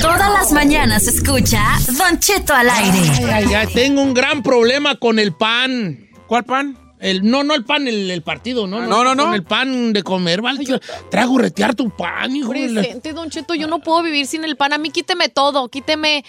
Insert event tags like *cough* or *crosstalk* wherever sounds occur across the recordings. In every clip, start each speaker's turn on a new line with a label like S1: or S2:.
S1: Todas las mañanas escucha Don Cheto al aire.
S2: Ay, ay, tengo un gran problema con el pan.
S3: ¿Cuál pan? Ah,
S2: El, no, no el pan, el, el partido, no,
S3: no, no, no.
S2: Con el pan de comer, ¿vale? Trago retear tu pan, hijo. de la- Ah.
S4: Presente, Don Cheto, yo no puedo vivir sin el pan. A mí quíteme todo, quíteme,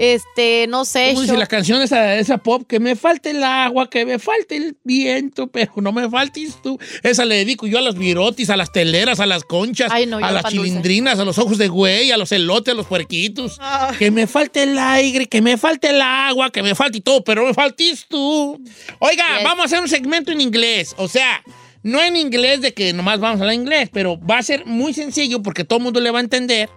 S4: este, no sé.
S2: ¿Cómo dice
S4: yo-
S2: la canción esa, esa pop? Que me falte el agua, que me falte el viento, pero no me faltes tú. Esa le dedico yo a las virotis, a las teleras, a las *laughs* conchas,
S4: Ay, no, yo
S2: a
S4: el
S2: las
S4: pan dulce.
S2: chilindrinas, a los ojos de güey, a los elotes, a los puerquitos.
S4: Ah.
S2: Que me falte el aire, que me falte el agua, que me falte todo, pero no me faltes tú. Oiga,
S4: Yes.
S2: vamos a hacer un segmento en inglés, o sea... No en inglés de que nomás vamos a hablar inglés, pero va a ser muy sencillo porque todo el mundo le va a entender.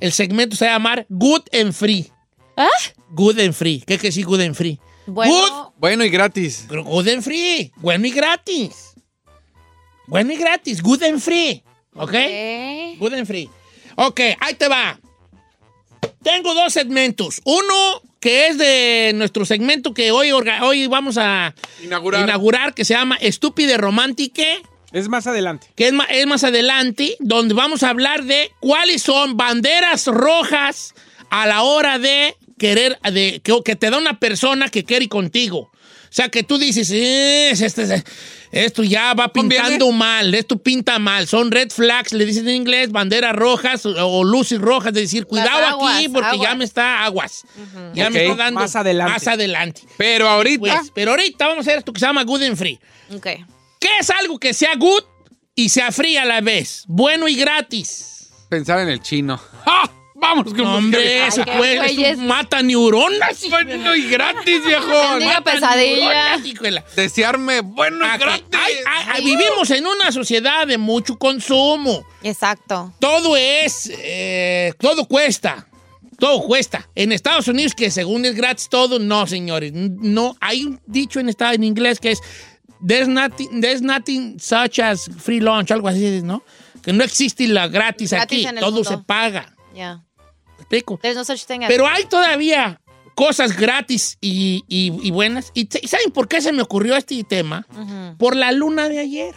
S2: El segmento se va a llamar Good and Free.
S4: ¿Ah?
S2: Good and free. ¿Qué que sí good and free? Good.
S4: Bueno,
S3: Bueno y gratis.
S2: Pero good and free. Bueno y gratis. Bueno y gratis. Good and free. ¿Ok?
S4: eh,
S2: Good and free. Ok, ahí te va. Tengo dos segmentos. Uno que es de nuestro segmento que hoy, orga- hoy vamos a
S3: Inaugurar.
S2: inaugurar, que se llama Estúpide Romántica
S3: es más adelante.
S2: que es ma- es más, adelante, donde vamos a hablar de cuáles son banderas rojas a la hora de querer, de, que, que te da una persona que quiere ir contigo. O sea, que tú dices, "Eh, es- este- es- esto ya va
S3: conviene?
S2: pintando mal, esto pinta mal, son red flags, le dicen en inglés, banderas rojas o, o luces rojas, de decir, cuidado aquí
S4: aguas,
S2: porque ya
S4: aguas.
S2: me está aguas, ya
S3: Ok,
S2: me está dando
S3: más adelante.
S2: más adelante.
S3: Pero
S2: Pues,
S4: Ah.
S3: ahorita. Ah.
S2: Pero ahorita vamos a hacer esto que se llama Good and Free.
S4: ok.
S2: ¿Qué es algo que sea good y sea fría a la vez? Bueno y gratis.
S3: pensar en el chino. ¡Ah! ¡Vamos con música.
S2: Hombre, eso,
S4: qué
S2: pues,
S4: güeyes.
S2: eso mata neuronas. hijo de-
S3: Bueno y gratis, viejón.
S4: Bendiga
S2: mata
S4: pesadilla.
S2: neuronas, hijo de la-
S3: Desearme bueno y
S2: Aquí-
S3: gratis.
S2: ay, ay, ay, vivimos en una sociedad de mucho consumo.
S4: Exacto.
S2: Todo es, eh, todo cuesta. Todo cuesta. En Estados Unidos, que según es gratis todo, no, señores. No, hay un dicho en, esta- en inglés que es, there's nothing, there's nothing such as free lunch, algo así, ¿no? Que no existe la gratis,
S4: Gratis
S2: aquí,
S4: en el
S2: todo
S4: mundo.
S2: se paga.
S4: Ya.
S2: ¿Me explico?
S4: There's no such thing as-
S2: Pero hay todavía cosas gratis y, y- y buenas. ¿Y t- saben por qué se me ocurrió este tema?
S4: Ujú.
S2: Por la luna de ayer.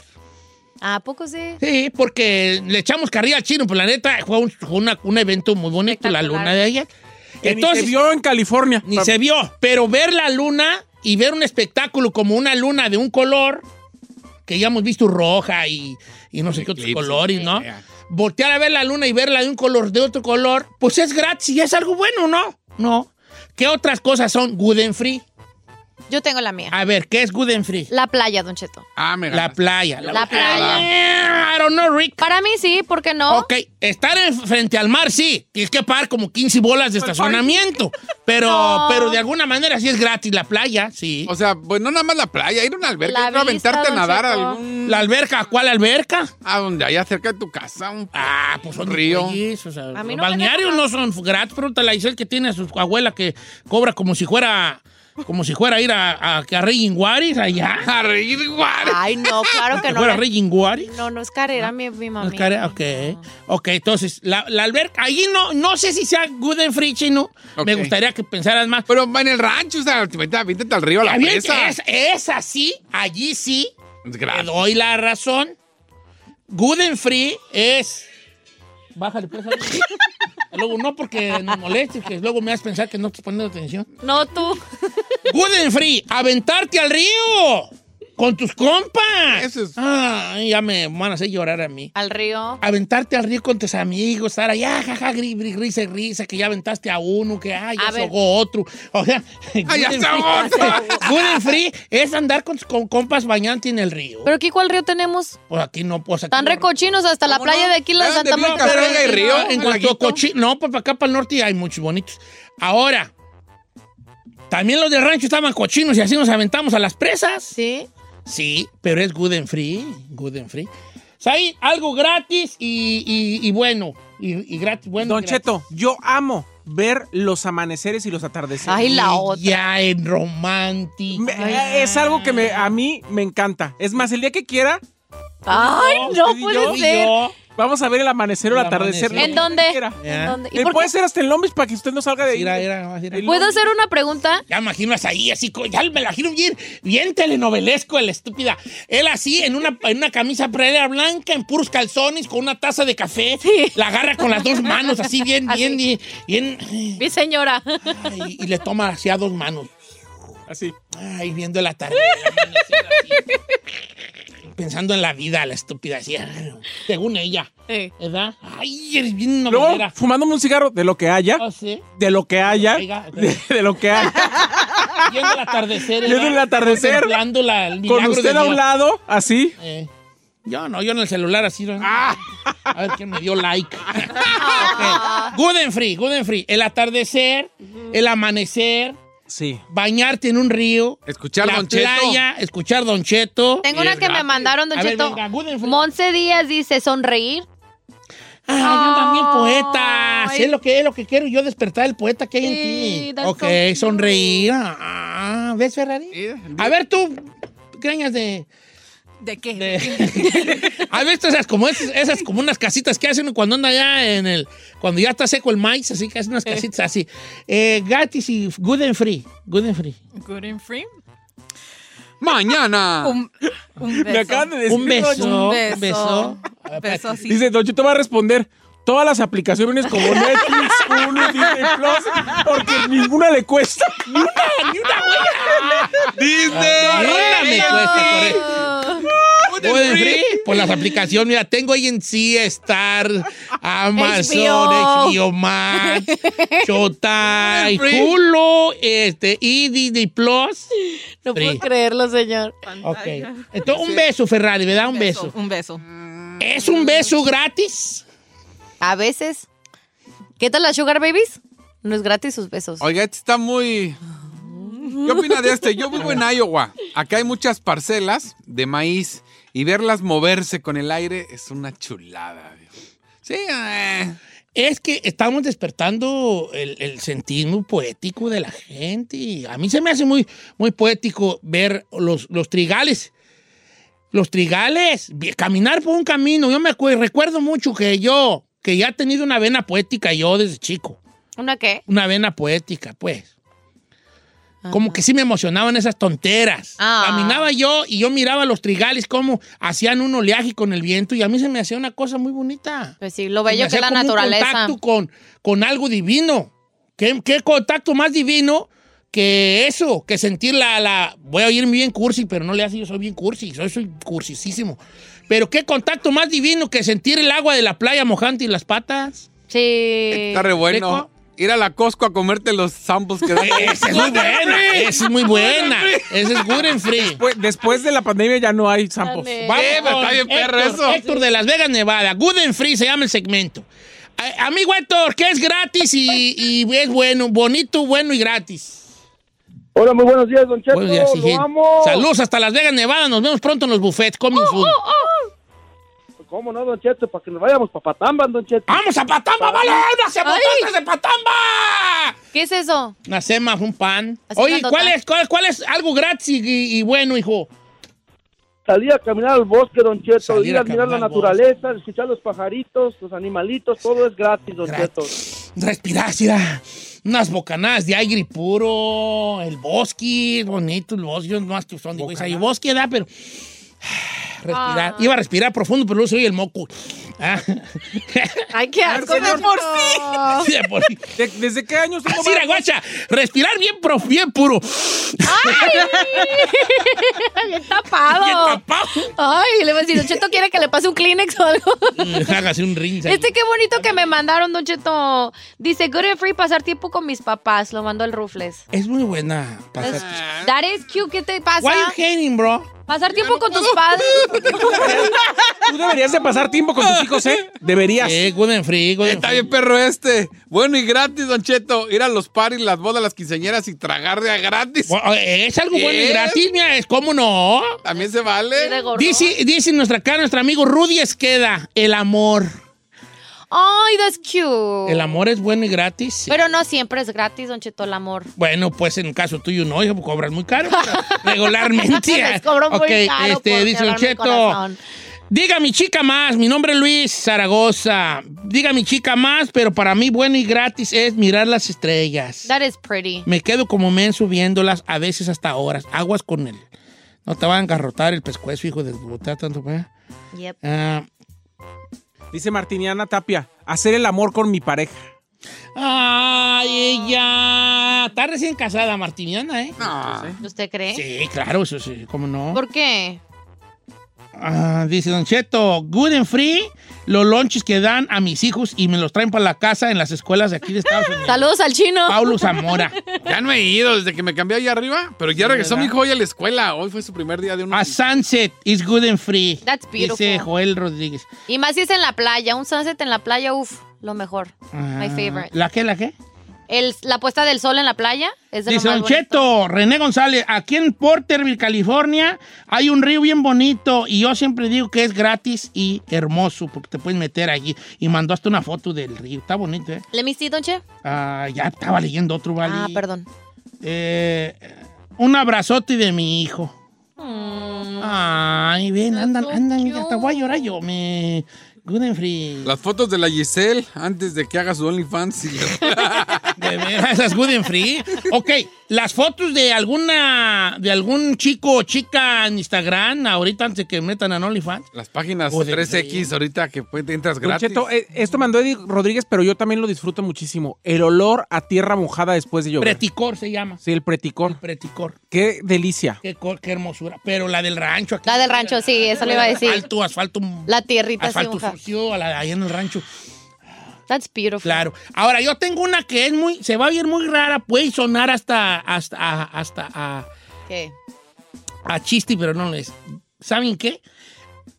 S4: ¿A poco sí?
S2: Sí, porque le echamos carrilla al chino, pero la neta fue un, fue una- un evento muy bonito, la
S4: Espectacular.
S2: luna de ayer.
S3: Que
S2: Entonces,
S3: ni se vio en California.
S2: ni se vio, pero ver la luna y ver un espectáculo como una luna de un color, que ya hemos visto roja y, y no sé qué otros
S3: Eclipse.
S2: colores, ¿no? Voltear a ver la luna y verla de un color, de otro color, pues es gratis y es algo bueno, ¿no? No. ¿Qué otras cosas son good and free?
S4: Yo tengo la mía.
S2: A ver, ¿qué es good and free?
S4: La playa, Don Cheto.
S3: Ah, me
S2: La
S3: ganaste.
S2: playa.
S4: La playa.
S2: Eh, I don't know, Rick.
S4: Para mí sí, ¿por qué no?
S2: Ok, estar en- frente al mar sí, tienes que pagar como 15 bolas de estacionamiento,
S4: *laughs*
S2: pero,
S4: No.
S2: pero de alguna manera sí es gratis la playa, sí.
S3: O sea, pues no nada más la playa, ir a una
S4: La
S3: alberca, ir a
S4: vista,
S3: aventarte a
S4: Don
S3: nadar a
S4: Cheto.
S3: algún.
S2: La alberca, ¿cuál alberca?
S3: A donde allá cerca de tu casa. Un...
S2: Ah, pues son
S3: Río.
S2: güeyes, o sea,
S4: A mí
S2: los
S4: no me
S2: balnearios
S4: dejan.
S2: no son gratis, pregúntale a Isel que tiene a su abuela que cobra como si fuera como si fuera a ir a, a, a Guaris allá.
S3: *laughs* A reír igual.
S4: Ay, no, claro
S2: Que
S4: que no.
S2: fuera
S4: la-
S2: Reyes Guaris.
S4: No, no es carrera mi, mi
S2: No,
S4: mami.
S2: cara, ok, ok, entonces, la, la alberca, ahí no, no sé si sea good and free, chino, me
S3: Ok.
S2: gustaría que pensaras más,
S3: Pero va en el rancho, o sea, te metes- aviéntate al río a la
S2: Está bien,
S3: presa.
S2: es, es así, allí sí,
S3: Es
S2: te
S3: gratis.
S2: doy la razón. Good and free es... Bájale, pues. algo.
S3: *laughs*
S2: luego no, porque me moleste, que luego me vas a pensar que no estás poniendo atención.
S4: No tú.
S2: Good and free, aventarte al río. ¡Con tus compas!
S3: Eso es-
S2: Ay, ya me van a hacer llorar a mí.
S4: Al río.
S2: Aventarte al río con tus amigos, estar allá, jaja, gri, gri, risa, y risa, que ya aventaste a uno, que ay, ya
S4: A
S2: se
S4: ver.
S2: ahogó otro. O sea, *laughs*
S3: ¡Ay, ya
S2: good and
S3: está
S2: free-
S3: otro!
S2: good and free es andar con, tus con compas bañante en el río.
S4: Pero aquí, ¿cuál río tenemos?
S2: pues aquí no, pues aquí
S4: Tan
S2: no-
S4: recochinos hasta la
S3: ¿Cómo no?
S4: playa de aquí, la de
S3: Ah,
S4: Santa
S3: de Blanca
S4: Marta.
S3: Vega y Río.
S2: En
S3: Un
S2: cuanto a
S3: laguito.
S2: cochi- no, pues para acá para el norte hay muchos bonitos. Ahora, también los de rancho estaban cochinos y así nos aventamos a las presas.
S4: Sí.
S2: Sí, pero es good and free, good and free. O sea, hay algo gratis y, y- y bueno, y, y gratis, bueno.
S5: Don
S2: y gratis.
S5: Cheto, yo amo ver los amaneceres y los atardeceres.
S4: Ay, la otra.
S2: Ya en romántico.
S5: Me- eh, es algo que me, a mí me encanta. Es más, el día que quiera,
S4: Ay, no
S5: usted y yo,
S4: puede
S2: Y
S4: ser.
S2: yo,
S5: vamos a ver el amanecer o el,
S2: El
S5: atardecer.
S2: amanecer.
S5: lo
S4: ¿En
S5: que
S4: dónde?
S5: quiera.
S2: Ya.
S4: ¿En dónde? ¿Y
S5: Eh,
S4: por
S5: puede
S4: qué-
S5: ser hasta el Lombis para que usted no salga de ahí. eh,
S2: mira, mira, mira.
S5: El-
S4: ¿Puedo hacer una pregunta?
S2: Ya me imagino hasta ahí, así, co- ya me la imagino bien, bien telenovelesco, el estúpida. Él así, en una, en una camisa previa blanca, en puros calzones, con una taza de café. La agarra con las dos manos, así, bien,
S4: Así.
S2: bien, bien, bien,
S4: Mi *laughs* señora.
S2: ay, y le toma así a dos manos.
S5: Así.
S2: Ay, viendo la tarde. el amanecer, así. Pensando en la vida, la estúpida, así, según ella,
S4: Eh.
S2: ¿verdad? Ay, eres bien
S5: Luego,
S2: novelera.
S5: fumándome un cigarro de lo que haya,
S2: Ah, sí.
S5: de lo que haya,
S2: Oiga,
S5: *laughs* de, de lo que haya.
S2: *laughs* Viendo el atardecer.
S5: Viendo
S2: ¿verdad?
S5: el atardecer.
S2: Contemplando la, el
S5: Con
S2: milagro de
S5: usted a
S2: Dios.
S5: un lado, así.
S2: Eh, yo no, yo en el celular así. ¿no?
S5: Ah.
S2: A ver quién me dio like. *laughs* Ok. Good and free, good and free. El atardecer, el amanecer,
S5: Sí.
S2: bañarte en un río.
S3: Escuchar
S2: la
S3: Don Cheto.
S2: playa, escuchar Don Cheto. Eh,
S4: Tengo una que me mandaron, Don
S2: A ver,
S4: Cheto.
S2: venga, good and free.
S4: Monse Díaz dice, sonreír.
S2: Ay, Ah, yo también poeta.
S4: Ay.
S2: Sí, es lo que es lo que quiero yo despertar el poeta que hay en
S4: Sí,
S2: ti.
S4: that's
S2: Ok,
S4: so cute.
S2: sonreír. Ah, ¿Ves, Ferrari?
S3: Eh,
S2: A ver tú, greñas de.
S1: ¿De qué?
S2: De- *laughs* ¿Has visto esas como esas, esas como unas casitas que hacen cuando anda ya en el cuando ya está seco el maíz, así que hacen unas casitas así. Eh, gratis y good and free, good and free.
S1: Good and free.
S3: Mañana.
S1: Un, un beso.
S5: Me acaban de decir.
S2: Un beso,
S1: Un
S2: un beso.
S1: beso. Un beso así.
S5: Dice, Don Cheto va a responder. Todas las aplicaciones como
S2: *laughs*
S5: Netflix, Hulu, Disney Plus, porque ninguna le cuesta.
S2: Ahora me cuesta, correcto. Good and free por las aplicaciones. Mira, tengo ahí en sí Star, Amazon,
S4: HBO.
S2: HBO, Max, Showtime,
S3: Good and free.
S2: Hulu, este y Disney Plus.
S4: No
S2: Sí.
S4: puedo creerlo, señor.
S2: Ok. Entonces, un beso, Ferrari, ¿verdad? Un beso.
S1: Un beso.
S2: ¿Es un beso gratis?
S4: A veces. ¿Qué tal las Sugar Babies? No es gratis sus besos.
S3: Oiga, este está muy. ¿Qué opina de este? Yo vivo en Iowa. Acá hay muchas parcelas de maíz y verlas moverse con el aire es una chulada. viejo. Sí, eh.
S2: Es que estamos despertando el, el sentido poético de la gente. A mí se me hace muy, muy poético ver los, los trigales. Los trigales, vi- caminar por un camino. Yo me acuerdo, recuerdo mucho que yo, que ya he tenido una vena poética yo desde chico.
S4: ¿Una qué?
S2: Una vena poética, pues. Como que sí me emocionaban esas tonteras.
S4: Ah.
S2: Caminaba yo y yo miraba los trigales como hacían un oleaje con el viento y a mí se me hacía una cosa muy bonita.
S4: Pues sí, lo
S2: Se me
S4: bello que
S2: hacía
S4: es la
S2: como un
S4: naturaleza.
S2: contacto con, con algo divino. ¿Qué, qué contacto más divino que eso? Que sentir la, la... Voy a oírme bien cursi, pero no le hace, yo soy bien cursi, soy, soy cursisísimo. Pero qué contacto más divino que sentir el agua de la playa mojante y las patas.
S4: Sí.
S3: está re bueno.
S2: ¿seco?
S3: Ir a la Costco a comerte los samples que dan.
S2: Esa Eh, es muy buena, esa es muy buena. Esa es good and free.
S5: Pues, después de la pandemia ya no hay sampos.
S4: Dale.
S2: Vamos
S3: Eh, pero
S2: con
S3: está bien perro
S2: Héctor,
S3: eso.
S2: Héctor de Las Vegas, Nevada. Good and Free se llama el segmento. Eh, Amigo Héctor, que es gratis y, y es bueno, bonito, bueno y gratis.
S6: Hola, muy buenos días, Don Cheto.
S2: Buenos días,
S6: lo
S2: hijín.
S6: amo.
S2: Saludos hasta Las Vegas, Nevada. Nos vemos pronto en los buffets. Coming food.
S6: ¿Cómo no, Don Cheto? Para que nos vayamos para Patamban, Don Cheto.
S2: ¡Vamos a Patamba, vale! ¡Unas cebollotas de Patamba!
S4: ¿Qué es eso?
S2: Una sema, un pan.
S4: Así
S2: Oye,
S4: grandota.
S2: ¿cuál es, cuál, cuál es algo gratis y- y- y bueno, hijo?
S6: Salí a caminar al bosque, Don Cheto.
S2: Salir
S6: ir
S2: a
S6: a mirar la
S2: caminar al bosque.
S6: naturaleza, escuchar los pajaritos, los animalitos, todo es gratis, Don Cheto.
S2: Respirar, mira. Unas bocanadas de aire puro. El bosque, bonito el bosque. Yo no que *sighs* son de güey, hay bosque, da, pero. Respirar. Iba a respirar profundo, pero luego se oye el moco. Ah, *laughs*
S4: Ay, qué asco.
S3: señor.
S4: de por sí.
S2: sí, de por-
S5: ¿De- ¿Desde qué años tengo
S2: Mira, guacha, respirar bien, pro, bien puro.
S4: Bien
S2: Bien
S4: tapado.
S2: tapado.
S4: Ay, le voy a decir, Don Cheto quiere que le pase un Kleenex o algo.
S2: Mm. Hágase un rinse. ahí.
S4: Este qué bonito que me mandaron, Don Cheto. Dice, good and free, pasar tiempo con mis papás. Lo mandó el Rufles.
S2: Es muy buena. pasar-
S4: Es- That is cute, ¿qué te pasa?
S2: Ah. Why you hating, bro?
S4: Pasar tiempo
S2: *laughs*
S4: con tus padres.
S5: Tú deberías de pasar tiempo con tus hijos, ¿eh? Deberías.
S2: Eh, good and free, good and
S3: Está
S2: free.
S3: bien, perro este. Bueno y gratis, Don Cheto. Ir a los paris, las bodas, las quinceañeras y tragar de a gratis.
S2: Bueno, eh, Es algo bueno y
S3: Yes.
S2: gratis, mira, es cómo no.
S3: También se vale.
S4: Mira, gordo.
S2: Dice, dice nuestra cara, nuestro amigo Rudy Esqueda, el amor.
S4: Ay, that's cute.
S2: El amor es bueno y gratis.
S4: Pero no siempre es gratis, Don Cheto,
S2: *laughs*
S4: el amor.
S2: Bueno, pues en caso tuyo no, hijo, porque cobras muy caro. pero
S4: *laughs*
S2: Regularmente.
S4: Les cobro muy
S2: Ok,
S4: caro
S2: este,
S4: por
S2: dice Don
S4: quebrar mi
S2: Cheto.
S4: corazón.
S2: Diga mi chica más, mi nombre es Luis Zaragoza. Diga mi chica más, pero para mí bueno y gratis es mirar las estrellas.
S4: That is pretty.
S2: Me quedo como men subiéndolas, a veces hasta horas. Aguas con él. No te van a engarrotar el pescuezo, hijo de botar tanto. pues.
S4: Yep.
S2: Ah,
S5: Dice Martiniana Tapia, hacer el amor con mi pareja.
S2: ay, ella. Está recién casada, Martiniana, ¿eh?
S3: No.
S4: ¿Usted cree?
S2: Sí, claro, eso sí, cómo no.
S4: ¿Por qué?
S2: Ah, dice Don Cheto, good and free, los lunches que dan a mis hijos y me los traen para la casa en las escuelas de aquí de Estados
S4: *laughs*
S2: Unidos.
S4: Saludos al chino.
S2: Paulo Zamora.
S3: Ya no he ido desde que me cambié allá arriba, pero ya regresó mi
S2: ¿verdad?
S3: hijo hoy a la escuela. Hoy fue su primer día de un...
S2: A sunset is good and free.
S4: That's beautiful.
S2: Dice Joel Rodríguez.
S4: Y más si es en la playa. Un sunset en la playa, uff, lo mejor. My
S2: Ah,
S4: favorite.
S2: ¿La qué, la qué?
S4: El- la puesta del sol en la playa es de lo
S2: Dice
S4: más
S2: Don
S4: bonito.
S2: Cheto, René González, aquí en Porterville, California, hay un río bien bonito y yo siempre digo que es gratis y hermoso porque te puedes meter allí. Y mandó hasta una foto del río. Está bonito, ¿eh?
S4: ¿Le mistí, Don Che?
S2: Ah, ya estaba leyendo otro, ¿vale?
S4: Ah, perdón.
S2: Eh, un abrazote de mi hijo.
S4: Mm,
S2: Ay, ven, andan,
S4: so
S2: andan,
S4: cute.
S2: hasta voy a llorar yo. Me. Good and free.
S3: Las fotos de la Giselle antes de que haga su OnlyFans. y-
S2: De veras, esas good and free. Ok, las fotos de alguna. de algún chico o chica en Instagram, ahorita antes de que metan a OnlyFans.
S3: *laughs* Las páginas
S2: Joder,
S3: 3X ahorita que pues, te entras
S5: Don
S3: gratis.
S5: Cheto, eh, esto mandó Eddie Rodríguez, pero yo también lo disfruto muchísimo. El olor a tierra mojada después de llover.
S2: Preticor se llama.
S5: sí, el preticón.
S2: Preticor.
S5: Qué delicia.
S2: Qué, cor- qué hermosura. Pero la del rancho aquí.
S4: La del rancho, sí, eso le iba a decir.
S2: Asfalto, asfalto.
S4: La tierrita así
S2: asfalto
S4: mojada.
S2: sucio, a la de ahí en el rancho.
S4: That's beautiful.
S2: Claro. Ahora, yo tengo una que es muy, se va a oír muy rara, puede sonar hasta, hasta, a- hasta a,
S4: ¿Qué?
S2: a chiste, pero no lo es. ¿Saben qué?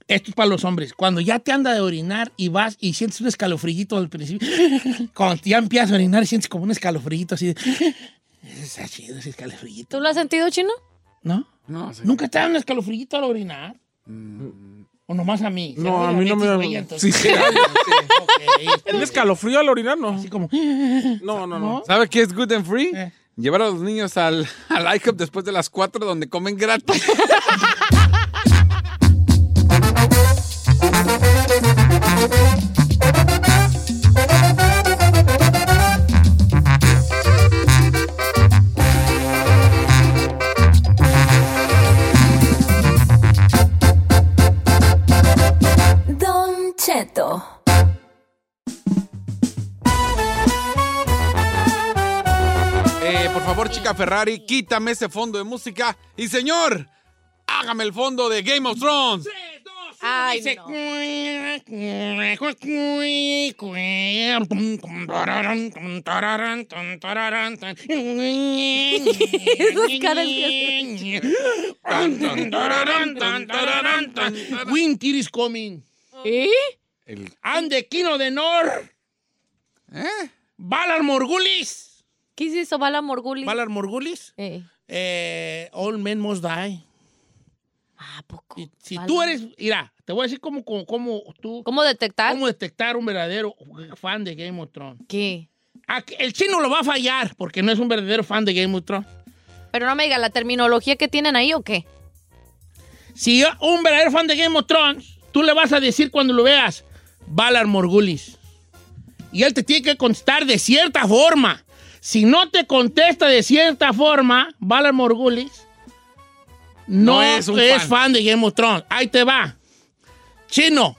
S2: Esto es para los hombres. Cuando ya te anda de orinar y vas y sientes un escalofrillito al principio, *laughs* cuando ya empiezas a orinar sientes como un escalofrillito así de... *laughs* Está chido ese escalofrillito,
S4: ¿Tú lo has sentido, chino?
S2: ¿no?
S3: No, sí. Mm.
S2: ¿Nunca te da un escalofrillito al orinar? ¿O nomás a mí?
S5: No, a mí no me da-
S2: *laughs*
S3: Sí,
S2: Sí,
S3: sí.
S5: *laughs* ¿Un escalofrío al orinar? No.
S2: Así como...
S5: No, no, no.
S3: ¿Sabe qué es good and free?
S2: Eh.
S3: Llevar a los niños al, al IHOP después de las 4 donde comen gratis.
S1: Don Cheto.
S3: *laughs* Eh, por favor, chica Ferrari, quítame ese fondo de música. Y señor, hágame el fondo de Game of Thrones.
S4: Ay,
S2: Dice,
S4: no.
S2: Esas
S4: caras
S2: Winter is coming.
S4: ¿Eh?
S3: El-
S2: And the king of the north.
S3: ¿Eh?
S2: Valar Morgulis.
S4: ¿Qué es eso? Bala Morguli.
S2: Valar Morgulis.
S4: Eh.
S2: Eh, all men must die.
S4: Ah, ¿a poco.
S2: Y Si
S4: Bala-
S2: tú eres, mira, te voy a decir cómo, cómo, cómo tú,
S4: ¿Cómo detectar?
S2: cómo detectar un verdadero fan de Game of Thrones.
S4: ¿Qué?
S2: A que El chino lo va a fallar porque no es un verdadero fan de Game of Thrones.
S4: Pero no me diga, ¿la terminología que tienen ahí o qué?
S2: Si yo- un verdadero fan de Game of Thrones, tú le vas a decir cuando lo veas, Valar Morgulis. Y él te tiene que contestar de cierta forma. Si no te contesta de cierta forma, Valar Morgulis, no,
S3: No es un
S2: es
S3: fan.
S2: fan de Game of Thrones. Ahí te va. Chino,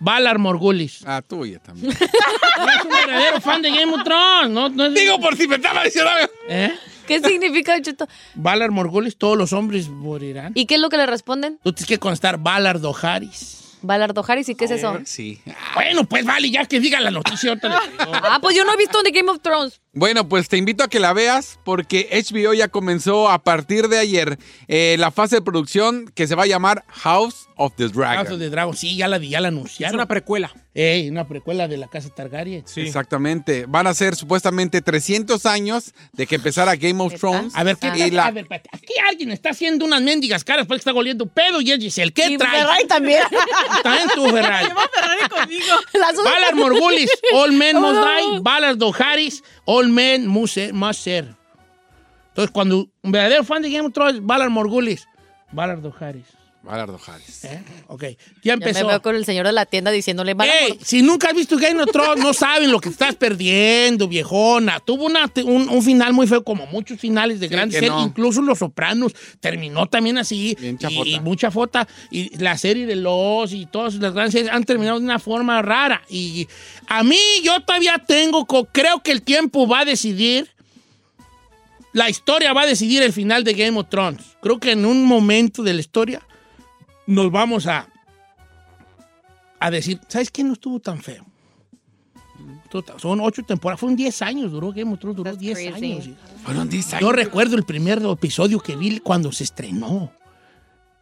S2: Valar Morgulis.
S3: Ah, tuya también.
S2: No es un verdadero fan de Game of Thrones. No, no es-
S3: Digo por si me estaba diciendo.
S2: ¿Eh? *laughs*
S4: ¿Qué significa, Don Cheto?
S2: Valar Morgulis, todos los hombres morirán.
S4: ¿Y qué es lo que le responden?
S2: Tú tienes que constar Valar Dojaris.
S4: Balardo Harris, ¿y qué es eso?
S3: Sí.
S2: Bueno, pues vale, ya que diga la noticia ahorita le
S4: *laughs*
S2: digo.
S4: Ah, pues yo no he visto The Game of Thrones.
S3: Bueno, pues te invito a que la veas porque HBO ya comenzó a partir de ayer eh, la fase de producción que se va a llamar House of the Dragon.
S2: House of the Dragon, sí, ya la, ya la
S5: Es
S2: anunciaron.
S5: una precuela.
S2: Ey, una precuela de la casa Targaryen.
S5: Sí.
S3: Exactamente. Van a ser supuestamente 300 años de que empezara Game of
S4: ¿Qué
S3: Thrones.
S2: A ver, ¿qué
S3: Y la-
S2: a ver, espérate, aquí alguien está haciendo unas mendigas caras porque está goliendo pedo y es Giselle. ¿Qué
S7: Y
S2: trae? *laughs*
S7: Ferrari también.
S2: También tú, Ferrari.
S7: Ferrari conmigo.
S4: *laughs* Las dos-
S2: Valar Morgulis, All Men Must Die, Valar Doharis, All Men Must Ser. must ser. Entonces, cuando un verdadero fan de Game of Thrones, Valar Morgulis, Valar Doharis.
S3: Valardo Harris.
S2: ¿Eh? Ok, ya
S4: Ya
S2: empezó.
S4: me veo con el señor de la tienda diciéndole, "Valar
S2: Ey, si nunca has visto Game of Thrones, no saben lo que estás perdiendo, viejona. Tuvo una- un, un final muy feo, como muchos finales de grandes
S3: que
S2: series,
S3: no.
S2: incluso Los Sopranos terminó también así.
S3: Bien chafota.
S2: y, y mucha fota. Y la serie de Los y todas las grandes series han terminado de una forma rara. Y a mí, yo todavía tengo, co- creo que el tiempo va a decidir. La historia va a decidir el final de Game of Thrones. Creo que en un momento de la historia nos vamos a, a decir, ¿sabes qué no estuvo tan feo? Estuvo tan- Son ocho temporadas, fueron 10 años, duró Game of Thrones, duró
S4: That's
S2: 10
S4: crazy.
S2: años. hija.
S3: Fueron 10
S2: Yo
S3: años.
S2: recuerdo el primer episodio que vi cuando se estrenó.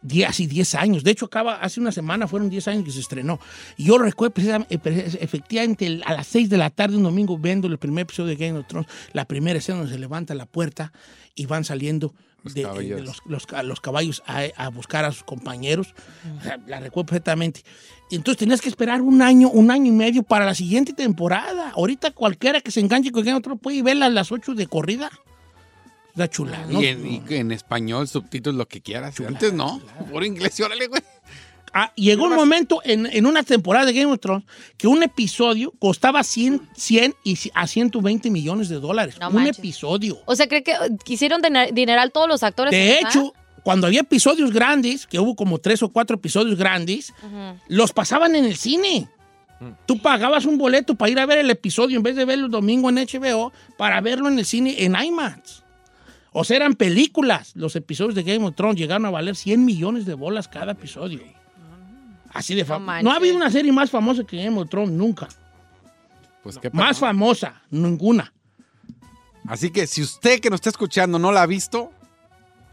S2: Die- así 10 años. De hecho, acaba, hace una semana fueron 10 años que se estrenó. Y yo recuerdo precisam- eh, pre- efectivamente el- a las 6 de la tarde un domingo viendo el primer episodio de Game of Thrones, la primera escena donde se levanta la puerta y van saliendo
S3: Los
S2: de,
S3: caballeros.
S2: de los, los ca- los caballos a, a buscar a sus compañeros. O sea, la recuerdo perfectamente. Y Entonces tenías que esperar un año, un año y medio para la siguiente temporada. Ahorita cualquiera que se enganche con Game of Thrones puede ir a verla a las 8 de corrida. La chula, ¿no?
S3: Y en, y en español, subtítulos, lo que quieras. Antes no. Por inglés, y órale, güey.
S2: Ah, llegó un momento en, en una temporada de Game of Thrones que un episodio costaba 100, 100 y ci- a 120 millones de dólares.
S4: No
S2: un
S4: manches.
S2: episodio.
S4: O sea, ¿cree que quisieron diner- dineral todos los actores?
S2: De
S4: ¿Ah?
S2: hecho, cuando había episodios grandes, que hubo como tres o cuatro episodios grandes, los pasaban en el cine.
S5: Mm.
S2: Tú pagabas un boleto para ir a ver el episodio en vez de verlo el domingo en HBO, para verlo en el cine en IMAX. O sea, eran películas. Los episodios de Game of Thrones llegaron a valer 100 millones de bolas cada episodio. Así de famoso. No,
S4: manches.
S2: ha habido una serie más famosa que Game of Thrones, nunca.
S3: Pues qué
S2: Más
S3: pena.
S2: famosa, ninguna.
S3: Así que si usted que nos está escuchando no la ha visto,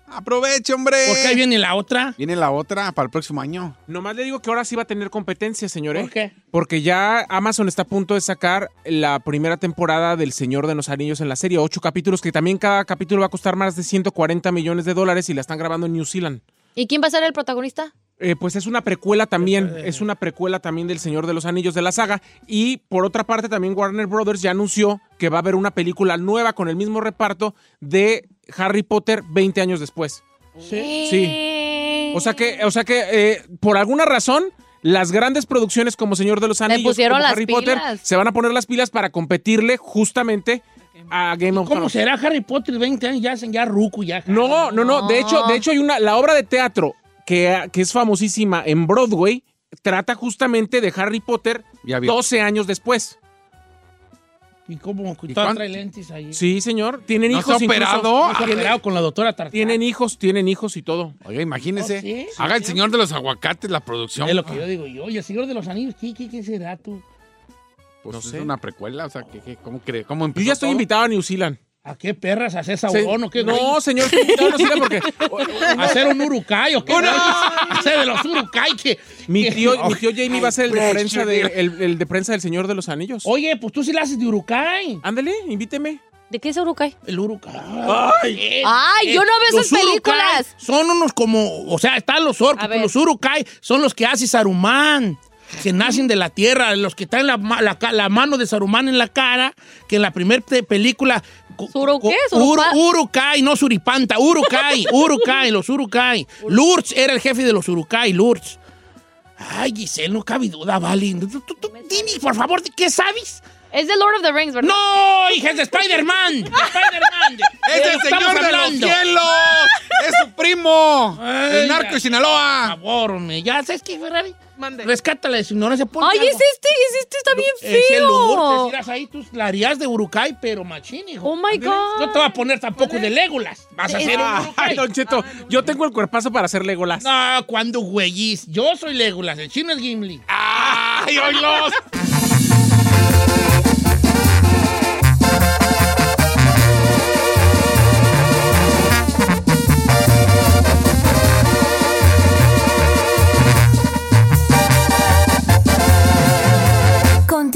S3: aproveche, hombre.
S2: Porque ahí viene la otra.
S3: Viene la otra para el próximo año.
S5: Nomás le digo que ahora sí va a tener competencia, señor. ¿eh?
S2: ¿Por qué?
S5: Porque ya Amazon está a punto de sacar la primera temporada del Señor de los Anillos en la serie, ocho capítulos, que también cada capítulo va a costar más de 140 millones de dólares y la están grabando en New Zealand.
S4: ¿Y quién va a ser el protagonista?
S5: Eh, pues es una precuela también,
S2: Eh,
S5: es una precuela también del Señor de los Anillos de la saga. Y por otra parte, también Warner Brothers ya anunció que va a haber una película nueva con el mismo reparto de Harry Potter 20 años después.
S4: Sí.
S5: O sea que, o sea que eh, por alguna razón, las grandes producciones como Señor de los Anillos,
S4: pusieron
S5: como
S4: las
S5: Harry Potter,
S4: pilas.
S5: se van a poner las pilas para competirle justamente a Game of
S2: ¿Cómo
S5: Thrones.
S2: será Harry Potter 20 años? Ya, ya ruco, ya.
S5: No, no, no. De hecho, de hecho hay una, la obra de teatro que, que es famosísima en Broadway trata justamente de Harry Potter
S3: Ya vio.
S5: 12 años después.
S2: ¿Y cómo?
S3: ¿Y
S2: Todavía
S3: cuán-
S2: trae lentes ahí.
S5: Sí, señor. Tienen
S3: ¿No se ha
S5: hijos incluso.
S3: operado?
S2: Está
S5: Tienen-
S2: operado con la doctora Tartar.
S5: tienen hijos, tienen hijos y todo.
S3: Oiga, imagínese.
S2: Oh, sí, sí,
S3: haga el señor de los aguacates la producción.
S2: Es lo que yo digo yo. Oye, el Señor de los Anillos, ¿qué, qué, qué será tú?
S3: Pues
S5: No
S3: es
S5: sé.
S3: una precuela, o sea, ¿qué, qué, cómo cree? ¿Cómo
S5: Yo
S3: empezó
S5: ya estoy
S3: todo?
S5: invitado a New Zealand.
S2: ¿A qué perras? ¿A hacer
S5: Se-
S2: saurón o qué?
S5: no,
S2: güey?
S5: señor, estoy invitado a New Zealand
S2: *laughs*
S5: porque
S2: ¿A hacer un urucay o qué? güey? *laughs* ¿A hacer de los urucay que...
S5: Mi
S2: que- *laughs*
S5: tío, mi tío Jamie va a ser el de prensa, de, el, el de prensa del Señor de los Anillos.
S2: Oye, pues tú sí la haces de urucay.
S5: Ándale, invíteme.
S4: ¿De qué es Urukai?
S2: El urucay. ¡Ay!
S4: Ay, yo no veo esas películas.
S2: Son unos como... O sea, están los orcos.
S4: A
S2: pero
S4: ver.
S2: Los urucay son los que hace Saruman. Que nacen de la tierra, los que traen la, ma- la ca- la mano de Saruman en la cara, que en la primera película. co-
S4: ¿Suro
S2: co-
S4: qué?
S2: Uru-
S4: ¿Surupa?
S2: Urukai, no Suripanta,
S4: *laughs*
S2: Urukai, Urukai, los Urukai. Lurch era el jefe de los Urukai, Lurch. Ay, Giselle, no cabe duda, vale. Tú- tú- tú, Dime, por favor, ¿de qué sabes?
S4: Es de Lord of the Rings, ¿verdad?
S2: ¡No, hija, es de Spider-Man! ¡De Spider-Man! de-
S3: ¡Es
S2: de
S3: el
S2: lo que estamos
S3: señor de los
S2: hablando.
S3: cielos! ¡Es su primo!
S2: Ay,
S3: ¡El narco
S2: ya.
S3: de Sinaloa!
S2: Por favor, hombre, ya sabes que Ferrari.
S7: Mande.
S2: Rescátala de su ignorancia. ponte
S4: Ay,
S2: algo.
S4: es este, es este, está bien feo.
S2: Es el humor, te tiras ahí tus larías de Urukai, pero machín, hijo.
S4: Oh my God.
S2: No te voy a poner tampoco de Legolas. Vas a hacer un
S5: Ah, Ay,
S2: Urukai.
S5: Don Cheto, yo tengo el cuerpazo para hacer Legolas.
S2: No, cuando güeyís. Yo soy Legolas, el chino es Gimli.
S3: ¡Ay, oílos!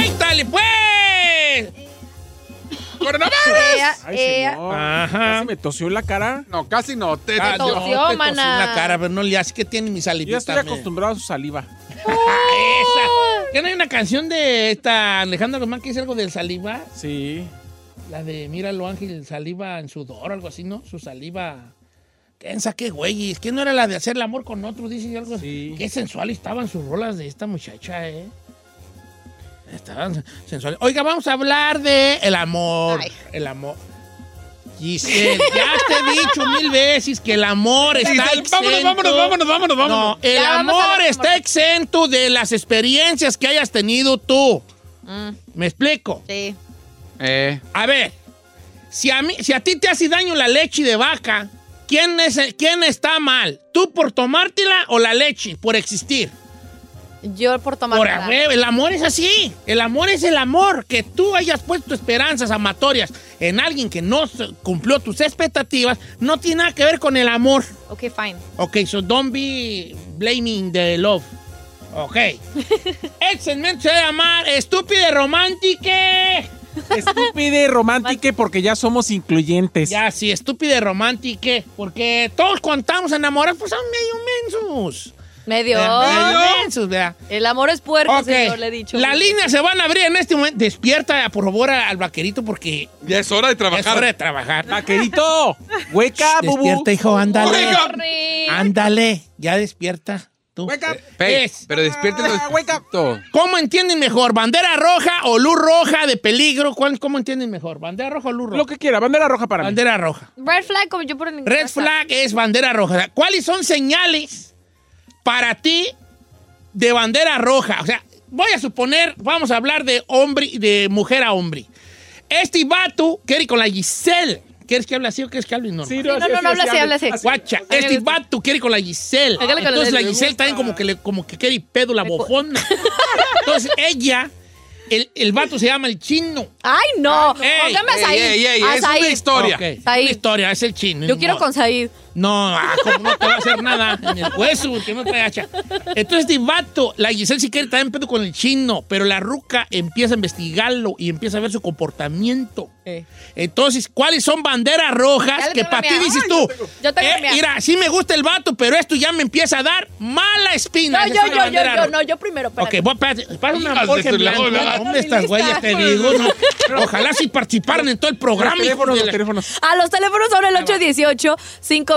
S2: ¡Ey, dale pues!
S4: Ea,
S2: ¡Coronavirus!
S4: ea.
S2: Ajá.
S5: ¿Me tosió en la cara?
S3: No, casi no. Te,
S2: Ah,
S4: tosió,
S2: te tosí en
S4: mana.
S2: la cara, pero no le hace que tiene mi salivita.
S5: Yo estoy
S2: me-
S5: acostumbrado a su saliva.
S2: Ah, esa. ¿Ya no hay una canción de esta Alejandra Guzmán que dice algo del saliva?
S5: Sí.
S2: La de Míralo Ángel, saliva en sudor, algo así, ¿no? Su saliva. Piensa qué güeyes. ¿Quién no era la de hacer el amor con otro? Dice algo así.
S5: Sí.
S2: Qué sensual estaban sus rolas de esta muchacha, ¿eh? Estaban sensuales. Oiga, vamos a hablar de el amor.
S4: Ay.
S2: El amor. Giselle, ya te he dicho mil veces que el amor está
S3: Giselle,
S2: exento.
S3: vámonos, vámonos, vámonos,
S4: *laughs*
S3: vámonos, vámonos.
S2: No, el
S4: Ya, vamos a
S2: amor
S4: hablar de
S2: está
S4: amor.
S2: exento de las experiencias que hayas tenido tú.
S4: Mm,
S2: ¿Me explico?
S4: sí.
S3: Eh,
S2: A ver, si a, mí, si a ti te hace daño la leche de vaca, ¿quién, es el- ¿quién está mal? ¿Tú por tomártela o la leche por existir?
S4: Yo por tomar.
S2: Por
S4: nada.
S2: a huevo, el amor es así. El amor es el amor. Que tú hayas puesto esperanzas amatorias en alguien que no se- cumplió tus expectativas no tiene nada que ver con el amor.
S4: Ok, fine.
S2: Ok, so don't be blaming the love.
S4: *laughs*
S2: Ok. el segmento se llama Estúpide Romántica.
S5: Estúpida y romántica porque ya somos incluyentes.
S2: Ya, sí, estúpida y romántica. Porque todos cuando estamos enamorados, pues son medio mensos.
S4: Medio.
S2: Eh, medio mensos, ¿verdad?
S4: El amor es puerco,
S2: Ok.
S4: señor, le he dicho.
S2: Las líneas se van a abrir en este momento. Despierta, por favor, a- al vaquerito porque
S3: ya es hora de
S2: es hora de
S3: trabajar.
S2: trabajar.
S5: Vaquerito, hueca, bubu.
S2: Despierta, hijo, ándale.
S3: Oiga.
S4: Corre.
S2: Ándale, ya despierta. Tú.
S5: Wake up.
S3: Eh, Pe-
S2: Es,
S3: pero despiértelo.
S5: Ah, wake up.
S2: ¿Cómo entienden mejor? ¿Bandera roja o luz roja de peligro? ¿Cuál, ¿Cómo entienden mejor? ¿Bandera roja o luz roja?
S5: Lo que quiera, bandera roja para mí.
S2: bandera roja.
S4: Red flag, como yo por en
S2: Red flag es bandera roja. O sea, ¿Cuáles son señales para ti de bandera roja? O sea, voy a suponer, vamos a hablar de hombre, de mujer a hombre. Este vato quiere ir con la Giselle. ¿Quieres que hable así o quieres que hable normal?
S5: Sí,
S4: no, no, no, habla así, habla así.
S2: Guacha,
S4: me
S2: este
S4: gusta.
S2: vato quiere ir con la Giselle.
S4: Hágale con la
S2: Entonces la
S4: de- me
S2: Giselle también como que, le, como que quiere ir pedo la bofona. Entonces ella El, el vato se llama el chino.
S7: ¡Ay, no!
S4: Ah,
S7: Póngame
S2: Ey,
S7: Said.
S2: ey, ey,
S7: A
S2: es una
S7: Said.
S2: historia.
S7: Ok.
S2: Es una
S7: Said.
S2: historia, es el chino.
S7: Yo quiero
S2: No,
S7: con Said.
S2: No, ah, ¿cómo no te va a hacer nada en el hueso, porque no trae hacha. Entonces, este vato, la Giselle si quiere está en pedo con el chino, pero la ruca empieza a investigarlo y empieza a ver su comportamiento. Entonces, ¿cuáles son banderas rojas
S7: Ya le
S2: que
S7: tengo
S2: para
S7: la
S2: ti
S7: mía.
S2: dices
S7: Ay,
S2: tú?
S7: yo tengo- yo tengo la
S2: eh,
S7: mía.
S2: mira, sí me gusta el vato, pero esto ya me empieza a dar mala espina.
S7: No, yo,
S2: Esa es una
S7: yo, yo,
S2: bandera
S7: yo,
S2: roja.
S7: no, yo primero.
S2: Ok,
S7: espérate.
S2: vos, espérate, pasa una
S7: Hijas de
S2: forja en
S7: tu la-
S2: blanco.
S7: la-
S2: ¿Dónde estas güeyes te digo?
S7: *laughs*
S2: no? Ojalá si participaran en todo el programa.
S5: Los teléfonos,
S2: hijo de
S5: los
S2: la-
S5: teléfonos.
S7: A los teléfonos son el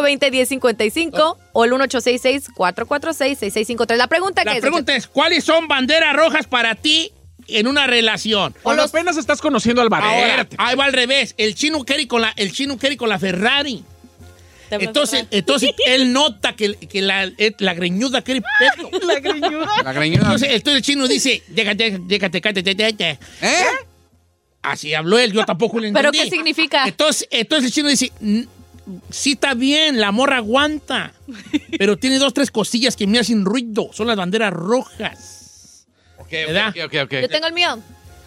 S7: 818-520-1055 o el 1866-446-6653. La pregunta que
S2: La
S7: es...
S2: pregunta es, ¿cuáles son banderas rojas para ti en una relación?
S5: O los- apenas estás conociendo al
S2: Ahora,
S5: barrio.
S2: ahí va al revés. El chino quiere ir con la, el chino quiere ir con la Ferrari.
S7: hablo
S2: Entonces,
S7: *laughs*
S2: entonces él nota que, que la, eh, la greñuda quiere pedo.
S7: *laughs* La greñuda.
S3: La greñuda.
S2: Entonces, entonces el chino dice, déjate, déjate, cállate, cállate. ¿Eh? Así habló él, yo tampoco le entendí.
S7: ¿Pero qué significa?
S2: Entonces, entonces el chino dice, "N- sí está bien, la morra aguanta, pero tiene dos, tres cosillas que me hacen ruido. Son las banderas rojas. ¿Verdad?
S4: Yo tengo el mío.